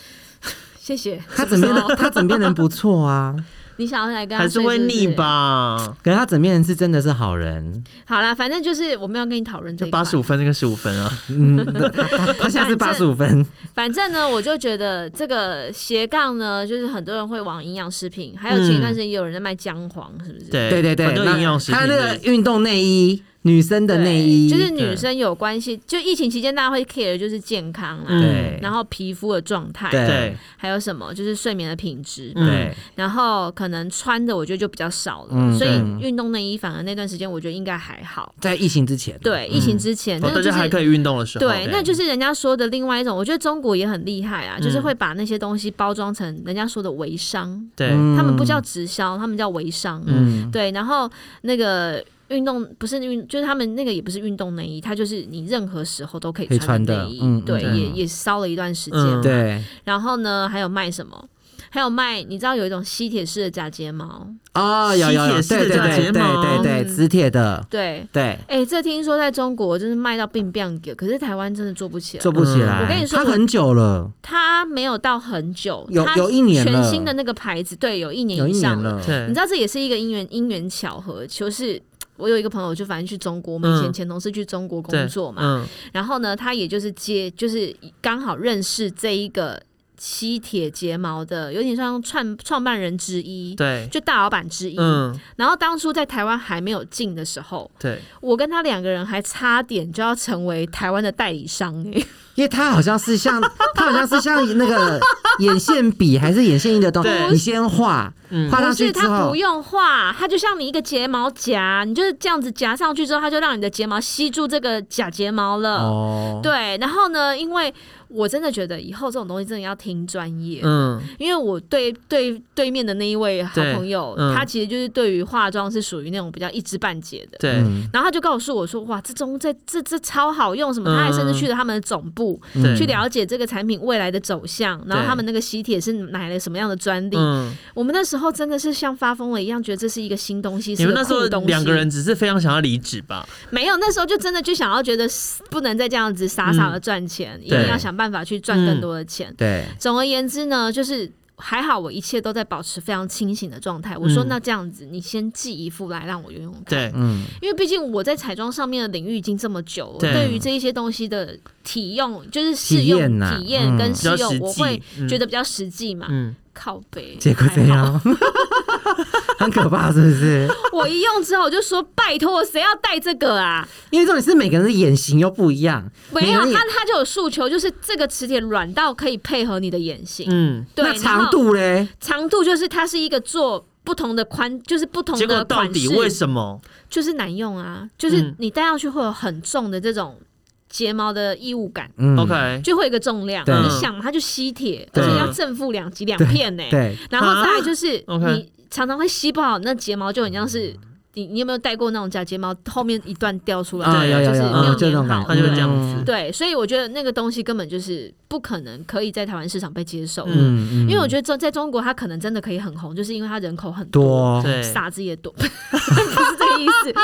[SPEAKER 4] 谢谢。
[SPEAKER 3] 他枕边人，他枕边人不错啊，
[SPEAKER 4] [LAUGHS] 你想要来跟他
[SPEAKER 2] 还是会
[SPEAKER 4] 睡是
[SPEAKER 2] 腻
[SPEAKER 4] 不是？啊
[SPEAKER 2] 吧？
[SPEAKER 3] 可是他枕边人是真的是好人，
[SPEAKER 4] 好啦，反正就是我们要跟你讨论这
[SPEAKER 2] 就
[SPEAKER 4] 一
[SPEAKER 2] 八
[SPEAKER 4] 块
[SPEAKER 2] 十五分跟十五分啊。
[SPEAKER 3] 嗯，他他现在是八十五分，
[SPEAKER 4] 反正呢，我就觉得这个斜杠呢，就是很多人会往营养食品，还有前一段时间也有人在卖姜黄，是不是？
[SPEAKER 2] 对
[SPEAKER 3] 对对对
[SPEAKER 2] 很，多
[SPEAKER 3] 那
[SPEAKER 2] 营养食品
[SPEAKER 3] 他那
[SPEAKER 2] 的
[SPEAKER 3] 个运动内衣，女生的
[SPEAKER 4] 对
[SPEAKER 3] 内衣，
[SPEAKER 4] 就是女生有关系。就疫情期间，大家会 care 的就是健康啦，
[SPEAKER 3] 对
[SPEAKER 4] 嗯然后皮肤的状态，
[SPEAKER 3] 对
[SPEAKER 2] 对
[SPEAKER 4] 还有什么就是睡眠的品质，
[SPEAKER 2] 嗯
[SPEAKER 3] 对，
[SPEAKER 4] 然后可能穿的我觉得就比较少了，
[SPEAKER 3] 嗯
[SPEAKER 4] 所以
[SPEAKER 3] 对
[SPEAKER 4] 运动内衣反而那段时间我觉得应该还好。
[SPEAKER 3] 在疫情之前，
[SPEAKER 4] 对，疫情之前，
[SPEAKER 2] 哦
[SPEAKER 4] 那
[SPEAKER 2] 大
[SPEAKER 4] 个就
[SPEAKER 2] 家
[SPEAKER 4] 是
[SPEAKER 2] 还可以运动的时候，
[SPEAKER 4] 对，那就是人家说的另外一种。我觉得中国也很厉害啊，就是
[SPEAKER 2] 嗯
[SPEAKER 4] 会把那些东西包装成人家说的微商。
[SPEAKER 2] 对，
[SPEAKER 3] 嗯
[SPEAKER 4] 他们不叫直销，他们叫微商。
[SPEAKER 3] 嗯
[SPEAKER 4] 对，然后那个运动不是运，就是他们那个也不是运动内衣，它就是你任何时候都可
[SPEAKER 3] 可
[SPEAKER 4] 以
[SPEAKER 3] 以
[SPEAKER 4] 穿
[SPEAKER 3] 穿的
[SPEAKER 4] 内衣。
[SPEAKER 3] 嗯
[SPEAKER 4] 对，
[SPEAKER 2] 嗯
[SPEAKER 4] 也也烧了一段时间。
[SPEAKER 2] 嗯
[SPEAKER 3] 对
[SPEAKER 4] 然后呢，还有卖什么？还有卖，你知道有一种吸铁式的假睫毛，
[SPEAKER 3] 哦，有有有，
[SPEAKER 2] 吸铁
[SPEAKER 3] 对
[SPEAKER 2] 式
[SPEAKER 3] 对
[SPEAKER 2] 的
[SPEAKER 3] 对对
[SPEAKER 2] 睫毛
[SPEAKER 3] 对对，
[SPEAKER 4] 嗯
[SPEAKER 3] 磁铁的，
[SPEAKER 4] 对。
[SPEAKER 3] 对，
[SPEAKER 4] 哎、这听说在中国就是卖到病病给，可是台湾真的做不起来。
[SPEAKER 3] 做不起
[SPEAKER 2] 嗯
[SPEAKER 3] 来。
[SPEAKER 4] 我跟你说
[SPEAKER 3] 它很久了，
[SPEAKER 4] 它没有到很久，
[SPEAKER 3] 有
[SPEAKER 4] 它
[SPEAKER 3] 有一年
[SPEAKER 4] 全
[SPEAKER 3] 了
[SPEAKER 4] 新的那个牌子，对，有一
[SPEAKER 3] 有
[SPEAKER 4] 年以
[SPEAKER 3] 一
[SPEAKER 4] 上
[SPEAKER 3] 年了。
[SPEAKER 4] 你
[SPEAKER 2] 对
[SPEAKER 4] 知道这也是一个因缘因缘巧合，就是我有一个朋友，就反正去中国，我们以前
[SPEAKER 2] 嗯
[SPEAKER 4] 前同事去中国工
[SPEAKER 2] 对
[SPEAKER 4] 作嘛，
[SPEAKER 2] 嗯，
[SPEAKER 4] 然后呢，他也就是接，就是刚好认识这一个吸铁睫毛的，有点像创创办人之一，
[SPEAKER 2] 对，
[SPEAKER 4] 就大老板之一。
[SPEAKER 2] 嗯，
[SPEAKER 4] 然后当初在台湾还没有进的时候，
[SPEAKER 2] 对，
[SPEAKER 4] 我跟他两个人还差点就要成为台湾的代理商、
[SPEAKER 2] [LAUGHS]
[SPEAKER 4] 欸，
[SPEAKER 3] 因为它好像是像， [LAUGHS] 它好像是像那个眼线笔还是眼线印的东西
[SPEAKER 2] 对，
[SPEAKER 3] 你先画，画
[SPEAKER 4] [LAUGHS]
[SPEAKER 3] 上
[SPEAKER 4] 嗯不
[SPEAKER 3] 去
[SPEAKER 4] 是
[SPEAKER 3] 之
[SPEAKER 4] 它
[SPEAKER 3] 后
[SPEAKER 4] 不，用画，它就像你一个睫毛夹，你就是这样子夹上去之后，它就让你的睫毛吸住这个假睫毛了。
[SPEAKER 3] 哦，
[SPEAKER 4] 对，然后呢？因为我真的觉得以后这种东西真的要听专业，
[SPEAKER 2] 嗯，
[SPEAKER 4] 因为我对对对面的那一位好
[SPEAKER 2] 对
[SPEAKER 4] 朋友，
[SPEAKER 2] 嗯
[SPEAKER 4] 他其实就是对于化妆是属于那种比较一知半解的。
[SPEAKER 2] 对，
[SPEAKER 3] 嗯，
[SPEAKER 4] 然后他就告诉我说：“哇，这中这这这超好用什么？”
[SPEAKER 2] 嗯
[SPEAKER 4] 他还甚至去了他们的总部、
[SPEAKER 2] 对
[SPEAKER 4] 去了解这个产品未来的走向，然后
[SPEAKER 2] 对
[SPEAKER 4] 他们那个喜帖是买了什么样的专利。
[SPEAKER 2] 嗯，
[SPEAKER 4] 我们那时候真的是像发疯了一样，觉得这是一个新东西，
[SPEAKER 2] 你
[SPEAKER 4] 是
[SPEAKER 2] 们
[SPEAKER 4] 个
[SPEAKER 2] 那时候
[SPEAKER 4] 酷东西。
[SPEAKER 2] 两个人只是非常想要离职吧？
[SPEAKER 4] 没有，那时候就真的就想要觉得不能再这样子傻傻的赚钱，
[SPEAKER 2] 嗯
[SPEAKER 4] 一定要想办法去赚更多的钱。
[SPEAKER 3] 对，
[SPEAKER 4] 总而言之呢，就是。还好我一切都在保持非常清醒的状态。我说
[SPEAKER 2] 嗯
[SPEAKER 4] 那这样子，你先寄一副来让我用用看，
[SPEAKER 2] 对，
[SPEAKER 3] 嗯，
[SPEAKER 4] 因为毕竟我在彩妆上面的领域已经这么久了，
[SPEAKER 2] 对
[SPEAKER 4] 对于这一些东西的体用，就是试
[SPEAKER 3] 体验
[SPEAKER 4] 用
[SPEAKER 3] 呐
[SPEAKER 4] 体验跟
[SPEAKER 3] 嗯
[SPEAKER 2] 比
[SPEAKER 4] 试
[SPEAKER 2] 较
[SPEAKER 4] 用，
[SPEAKER 2] 实
[SPEAKER 4] 我
[SPEAKER 2] 际
[SPEAKER 4] 会
[SPEAKER 2] 嗯
[SPEAKER 4] 觉得比较实际嘛。
[SPEAKER 2] 嗯，
[SPEAKER 4] 靠背，
[SPEAKER 3] 结果
[SPEAKER 4] 还
[SPEAKER 3] 怎
[SPEAKER 4] 好
[SPEAKER 3] 样？ [LAUGHS] 很可怕，是不是？
[SPEAKER 4] 我一用之后我就说，拜托，谁要戴这个啊？
[SPEAKER 3] 因为重点是每个人的眼型又不一样，
[SPEAKER 4] 没有
[SPEAKER 3] 每个人，
[SPEAKER 4] 它
[SPEAKER 3] 眼
[SPEAKER 4] 它就有诉求，就是这个磁铁软到可以配合你的眼型，
[SPEAKER 2] 嗯，
[SPEAKER 4] 对，
[SPEAKER 3] 那
[SPEAKER 4] 然后
[SPEAKER 3] 长度嘞，
[SPEAKER 4] 长度就是它是一个做不同的宽，就是不同
[SPEAKER 2] 嗯结果
[SPEAKER 4] 的
[SPEAKER 2] 到
[SPEAKER 4] 款
[SPEAKER 2] 底
[SPEAKER 4] 式，
[SPEAKER 2] 为什么？
[SPEAKER 4] 就是难用啊，就是
[SPEAKER 2] 嗯
[SPEAKER 4] 你戴上去会有很重的这种睫毛的异物感。
[SPEAKER 3] 嗯
[SPEAKER 2] OK，
[SPEAKER 4] 就会有一个重量，
[SPEAKER 3] 对
[SPEAKER 4] 你想嘛，它就吸铁，而
[SPEAKER 3] 对
[SPEAKER 4] 且要正负两极两片呢、
[SPEAKER 3] 对，
[SPEAKER 4] 然后再来就是
[SPEAKER 2] 啊，OK
[SPEAKER 4] 你常常会吸不好，那睫毛就很像是你，你有没有戴过那种假睫毛后面一段掉出来？
[SPEAKER 3] 啊，有有
[SPEAKER 4] 就是
[SPEAKER 3] 有，
[SPEAKER 4] 没有
[SPEAKER 3] 嗯就那
[SPEAKER 4] 粘
[SPEAKER 3] 种
[SPEAKER 4] 好
[SPEAKER 3] 感觉，
[SPEAKER 2] 它就会这样
[SPEAKER 3] 嗯
[SPEAKER 2] 子
[SPEAKER 4] 对，所以我觉得那个东西根本就是不可能可以在台湾市场被接受的，
[SPEAKER 3] 嗯
[SPEAKER 4] 因
[SPEAKER 3] 嗯，
[SPEAKER 4] 为我觉得在在中国它可能真的可以很红，就是因为它人口很多，
[SPEAKER 3] 多，
[SPEAKER 2] 对，
[SPEAKER 4] 傻子也多， [LAUGHS] 不是这个意思。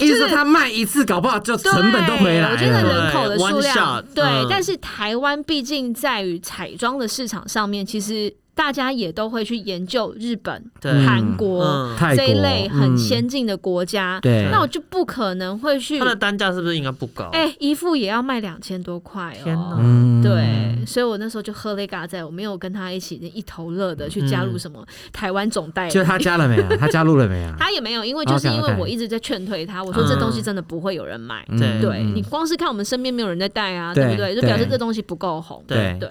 [SPEAKER 3] 意思说他卖一次，搞不好就成本都回来
[SPEAKER 4] 对我觉得
[SPEAKER 3] 了。
[SPEAKER 4] 人口的数
[SPEAKER 2] 对
[SPEAKER 4] 量
[SPEAKER 2] ，one shot，
[SPEAKER 4] 对，
[SPEAKER 2] 嗯
[SPEAKER 4] 但是台湾毕竟在于彩妆的市场上面，其实大家也都会去研究日本、
[SPEAKER 2] 对
[SPEAKER 4] 韩国
[SPEAKER 2] 嗯
[SPEAKER 3] 泰国
[SPEAKER 4] 这一类很
[SPEAKER 3] 嗯
[SPEAKER 4] 先进的国家，
[SPEAKER 3] 对
[SPEAKER 4] 那我就不可能会去
[SPEAKER 2] 它。的单价是不是应该不高？
[SPEAKER 4] 哎、一副也要卖两千多块
[SPEAKER 2] 天
[SPEAKER 4] 哦
[SPEAKER 2] 哪。
[SPEAKER 3] 嗯，
[SPEAKER 4] 对，所以我那时候就喝了一嘎仔，我没有跟他一起一头热的去加入什么台湾总代理，
[SPEAKER 3] [LAUGHS] 嗯就他加了没啊？他加入了没啊？
[SPEAKER 4] 他也没有，因为就是因
[SPEAKER 3] OK，OK
[SPEAKER 4] 为我一直在劝退他，我说这东西真的不会有人买，
[SPEAKER 3] 嗯
[SPEAKER 2] 对
[SPEAKER 4] 对
[SPEAKER 3] 嗯
[SPEAKER 4] 你光是看我们身边没有人在戴啊，
[SPEAKER 3] 对
[SPEAKER 4] 对不对？就表示
[SPEAKER 3] 对
[SPEAKER 4] 这东西不够红。
[SPEAKER 3] 对
[SPEAKER 4] 对，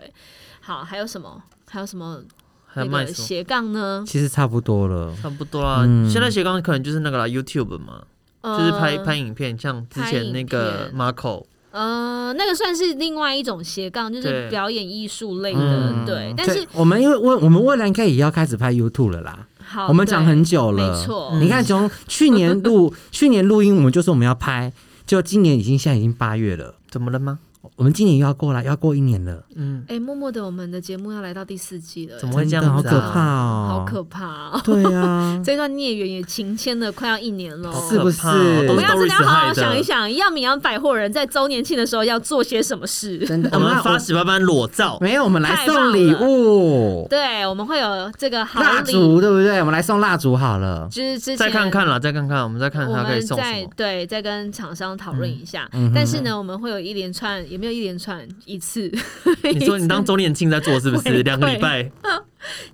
[SPEAKER 4] 好，还有什么？还有什么？
[SPEAKER 2] 还
[SPEAKER 4] 那
[SPEAKER 2] 卖
[SPEAKER 4] 个
[SPEAKER 2] 什么？
[SPEAKER 4] 斜杠呢？
[SPEAKER 3] 其实差不多了。
[SPEAKER 2] 差不多啦
[SPEAKER 3] 嗯，
[SPEAKER 2] 现在斜杠可能就是那个啦，YouTube 嘛，
[SPEAKER 4] 就
[SPEAKER 2] 就是拍拍影片，像之前那
[SPEAKER 4] 嗯拍
[SPEAKER 2] 个
[SPEAKER 4] 影
[SPEAKER 2] Marco，
[SPEAKER 4] 呃，那个算是另外一种斜杠，就是
[SPEAKER 2] 对
[SPEAKER 4] 表演艺术类
[SPEAKER 3] 嗯
[SPEAKER 4] 的。对，但是
[SPEAKER 3] 对我们因为我我们未来应该也要开始拍 YouTube 了啦。
[SPEAKER 4] 好，
[SPEAKER 3] 我们
[SPEAKER 4] 哦对
[SPEAKER 3] 讲很久了，嗯
[SPEAKER 4] 没错
[SPEAKER 3] 你看，从去年录去年录音，我们就说我们要拍，就今年已经现在已经八月了，
[SPEAKER 2] 怎么了吗？
[SPEAKER 3] 我们今年又要过来，又要过一年了，
[SPEAKER 2] 嗯，
[SPEAKER 4] 哎，默默的，我们的节目要来到第四季了，
[SPEAKER 2] 怎么会这样
[SPEAKER 3] 真的好
[SPEAKER 2] 子啊
[SPEAKER 3] 可怕哦，
[SPEAKER 4] 好可怕哦！，
[SPEAKER 3] 对啊
[SPEAKER 4] [LAUGHS] 这段孽缘也情牵了快要一年了。
[SPEAKER 3] 是不是
[SPEAKER 2] 好可怕哦
[SPEAKER 4] 我
[SPEAKER 2] 都
[SPEAKER 4] 们
[SPEAKER 2] 是
[SPEAKER 4] 要真的
[SPEAKER 2] Doris
[SPEAKER 4] 要好好
[SPEAKER 2] 害
[SPEAKER 4] 想一
[SPEAKER 2] 的。
[SPEAKER 4] 想，要米阳百货人在周年庆的时候要做些什么事？
[SPEAKER 3] 真的，
[SPEAKER 2] 我们
[SPEAKER 3] 要
[SPEAKER 2] 发十八般裸照，
[SPEAKER 3] 没有，我们来
[SPEAKER 4] 太棒
[SPEAKER 3] 送
[SPEAKER 4] 了
[SPEAKER 3] 礼物，
[SPEAKER 4] 对，我们会有这个好
[SPEAKER 3] 蜡
[SPEAKER 4] 礼，
[SPEAKER 3] 烛，对不对？我们来送蜡烛好了，
[SPEAKER 4] 就是之前
[SPEAKER 2] 再看看啦，再看看，我们再看
[SPEAKER 4] 我
[SPEAKER 2] 他可以
[SPEAKER 4] 们
[SPEAKER 2] 送什
[SPEAKER 4] 再
[SPEAKER 2] 么。
[SPEAKER 4] 对再跟厂商讨论一下。
[SPEAKER 3] 嗯嗯哼
[SPEAKER 4] 但是呢，我们会有一连串，也没有一连串一次，
[SPEAKER 2] [LAUGHS] 你说你当周年庆在做
[SPEAKER 4] [LAUGHS]
[SPEAKER 2] 是不
[SPEAKER 4] 回馈
[SPEAKER 2] 是？两个礼拜，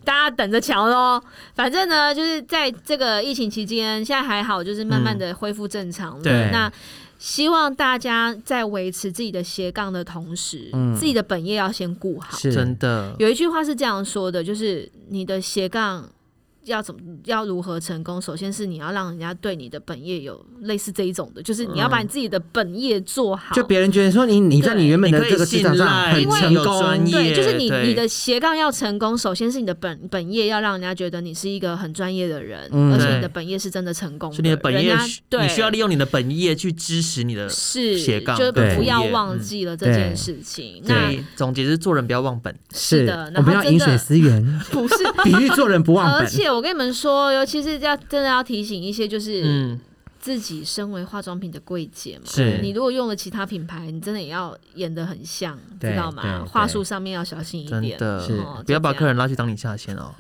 [SPEAKER 4] 大家等着瞧喽。反正呢，就是在这个疫情期间，现在还好，就是慢慢
[SPEAKER 3] 嗯
[SPEAKER 4] 的恢复正常了。
[SPEAKER 2] 对
[SPEAKER 4] 那。希望大家在维持自己的斜杠的同时，
[SPEAKER 3] 嗯
[SPEAKER 4] 自己的本业要先顾好。
[SPEAKER 3] 是
[SPEAKER 2] 真的，
[SPEAKER 4] 有一句话是这样说的，就是你的斜杠要怎么要如何成功，首先是你要让人家对你的本业有类似这一种的，就是你要把你自己的本业做好。
[SPEAKER 3] 就别人觉得说你你在你原本的
[SPEAKER 2] 对
[SPEAKER 3] 这个市场上
[SPEAKER 2] 你
[SPEAKER 3] 很
[SPEAKER 2] 可以信赖
[SPEAKER 3] 成
[SPEAKER 2] 因为有专
[SPEAKER 3] 功，
[SPEAKER 2] 业
[SPEAKER 4] 对，就是你
[SPEAKER 2] 对
[SPEAKER 4] 你的斜杠要成功，首先是你的本本业要让人家觉得你是一个很专业的人，
[SPEAKER 3] 嗯
[SPEAKER 4] 而且你的
[SPEAKER 2] 对
[SPEAKER 4] 本业是真的成功
[SPEAKER 2] 所以你的本业
[SPEAKER 4] 人家
[SPEAKER 2] 需
[SPEAKER 4] 对
[SPEAKER 2] 你需要利用你的本业去支持你的。
[SPEAKER 4] 是
[SPEAKER 2] 斜杠
[SPEAKER 4] 就
[SPEAKER 2] 对
[SPEAKER 4] 不要
[SPEAKER 2] 副业
[SPEAKER 4] 忘
[SPEAKER 2] 嗯
[SPEAKER 4] 记了这件事情。那
[SPEAKER 2] 对，总结是做人不要忘本。
[SPEAKER 4] 是的然后
[SPEAKER 3] 我们要饮水
[SPEAKER 4] [LAUGHS]
[SPEAKER 3] 思源，
[SPEAKER 4] 不是，
[SPEAKER 3] 比喻做人不忘
[SPEAKER 4] 而
[SPEAKER 3] 本，
[SPEAKER 4] 且我跟你们说，尤其是要真的要提醒一些，就是
[SPEAKER 2] 嗯，
[SPEAKER 4] 自己身为化妆品的柜姐嘛，
[SPEAKER 3] 是
[SPEAKER 4] 你如果用了其他品牌，你真的也要演得很像，
[SPEAKER 3] 对
[SPEAKER 4] 知道
[SPEAKER 3] 对
[SPEAKER 4] 吗？
[SPEAKER 3] 对
[SPEAKER 4] 话术上面要小心一
[SPEAKER 2] 真
[SPEAKER 4] 点，
[SPEAKER 2] 的
[SPEAKER 3] 是
[SPEAKER 4] 哦
[SPEAKER 2] 不要把
[SPEAKER 4] 就
[SPEAKER 2] 客人拉去当你下线
[SPEAKER 4] [LAUGHS]
[SPEAKER 2] 哦。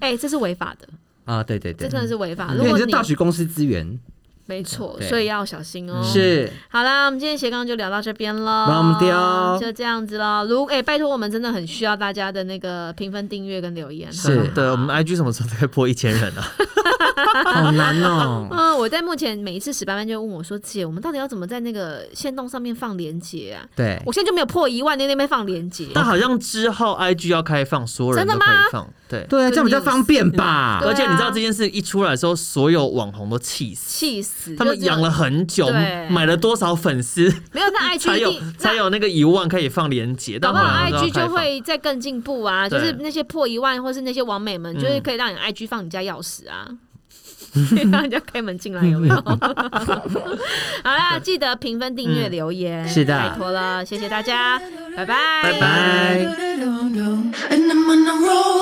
[SPEAKER 4] 哎、这是违法的，
[SPEAKER 3] 啊，对对
[SPEAKER 4] 这
[SPEAKER 3] 对，
[SPEAKER 4] 真的是违
[SPEAKER 2] 嗯
[SPEAKER 4] 法。
[SPEAKER 3] 因
[SPEAKER 4] 如
[SPEAKER 3] 为
[SPEAKER 4] 果
[SPEAKER 3] 你是
[SPEAKER 4] 你
[SPEAKER 3] 盗取公司资源，
[SPEAKER 4] 没错，
[SPEAKER 3] 对
[SPEAKER 4] 所以要小心哦。
[SPEAKER 2] 嗯
[SPEAKER 4] [LAUGHS]
[SPEAKER 3] 是
[SPEAKER 4] 好啦，我们今天斜杠就聊到这边了，
[SPEAKER 3] 帮我们丢
[SPEAKER 4] 就这样子喽。如哎、拜托我们真的很需要大家的那个评分、订阅跟留言。
[SPEAKER 3] 是
[SPEAKER 4] 好不好
[SPEAKER 2] 对，我们 IG 什么时候才可以破一千人啊？
[SPEAKER 3] 好难哦。
[SPEAKER 4] 嗯，我在目前每一次史班班就问我说：“姐，我们到底要怎么在那个线动上面放连接啊？”
[SPEAKER 3] 对，
[SPEAKER 4] 我现在就没有破一万，在那边放连接。
[SPEAKER 2] [LAUGHS] 但好像之后 IG 要开放，所有人都
[SPEAKER 4] 真
[SPEAKER 2] 可
[SPEAKER 4] 的吗
[SPEAKER 2] 以放。对，
[SPEAKER 3] 对啊，
[SPEAKER 4] Good
[SPEAKER 3] 这样比较方便吧
[SPEAKER 4] 对？
[SPEAKER 2] 而且你知道
[SPEAKER 4] 啊
[SPEAKER 2] 这件事一出来的时候，所有网红都气死。
[SPEAKER 4] 气死！
[SPEAKER 2] 他们
[SPEAKER 4] 就这样
[SPEAKER 2] 养了很久，
[SPEAKER 4] 对
[SPEAKER 2] 买了多少粉丝，
[SPEAKER 4] 没有那 IG
[SPEAKER 2] 才有
[SPEAKER 4] 一定
[SPEAKER 2] 才。有那个一万可以放连接，
[SPEAKER 4] 那
[SPEAKER 2] 但
[SPEAKER 4] 搞不好
[SPEAKER 2] 后来都
[SPEAKER 4] IG
[SPEAKER 2] 要开
[SPEAKER 4] 就
[SPEAKER 2] 放
[SPEAKER 4] 会再更进步啊，就
[SPEAKER 2] 对嗯
[SPEAKER 4] 是那些破一万或是那些网美们，就是可以让你 IG 放你家钥匙啊， [LAUGHS] 让人家开门进来
[SPEAKER 2] [LAUGHS]
[SPEAKER 4] 有没有？好啦，记得评分、订
[SPEAKER 2] 嗯
[SPEAKER 4] 阅、留言，
[SPEAKER 3] 是的
[SPEAKER 4] 拜托了，谢谢大家，拜拜，
[SPEAKER 2] 拜拜。
[SPEAKER 1] And I'm on a roll.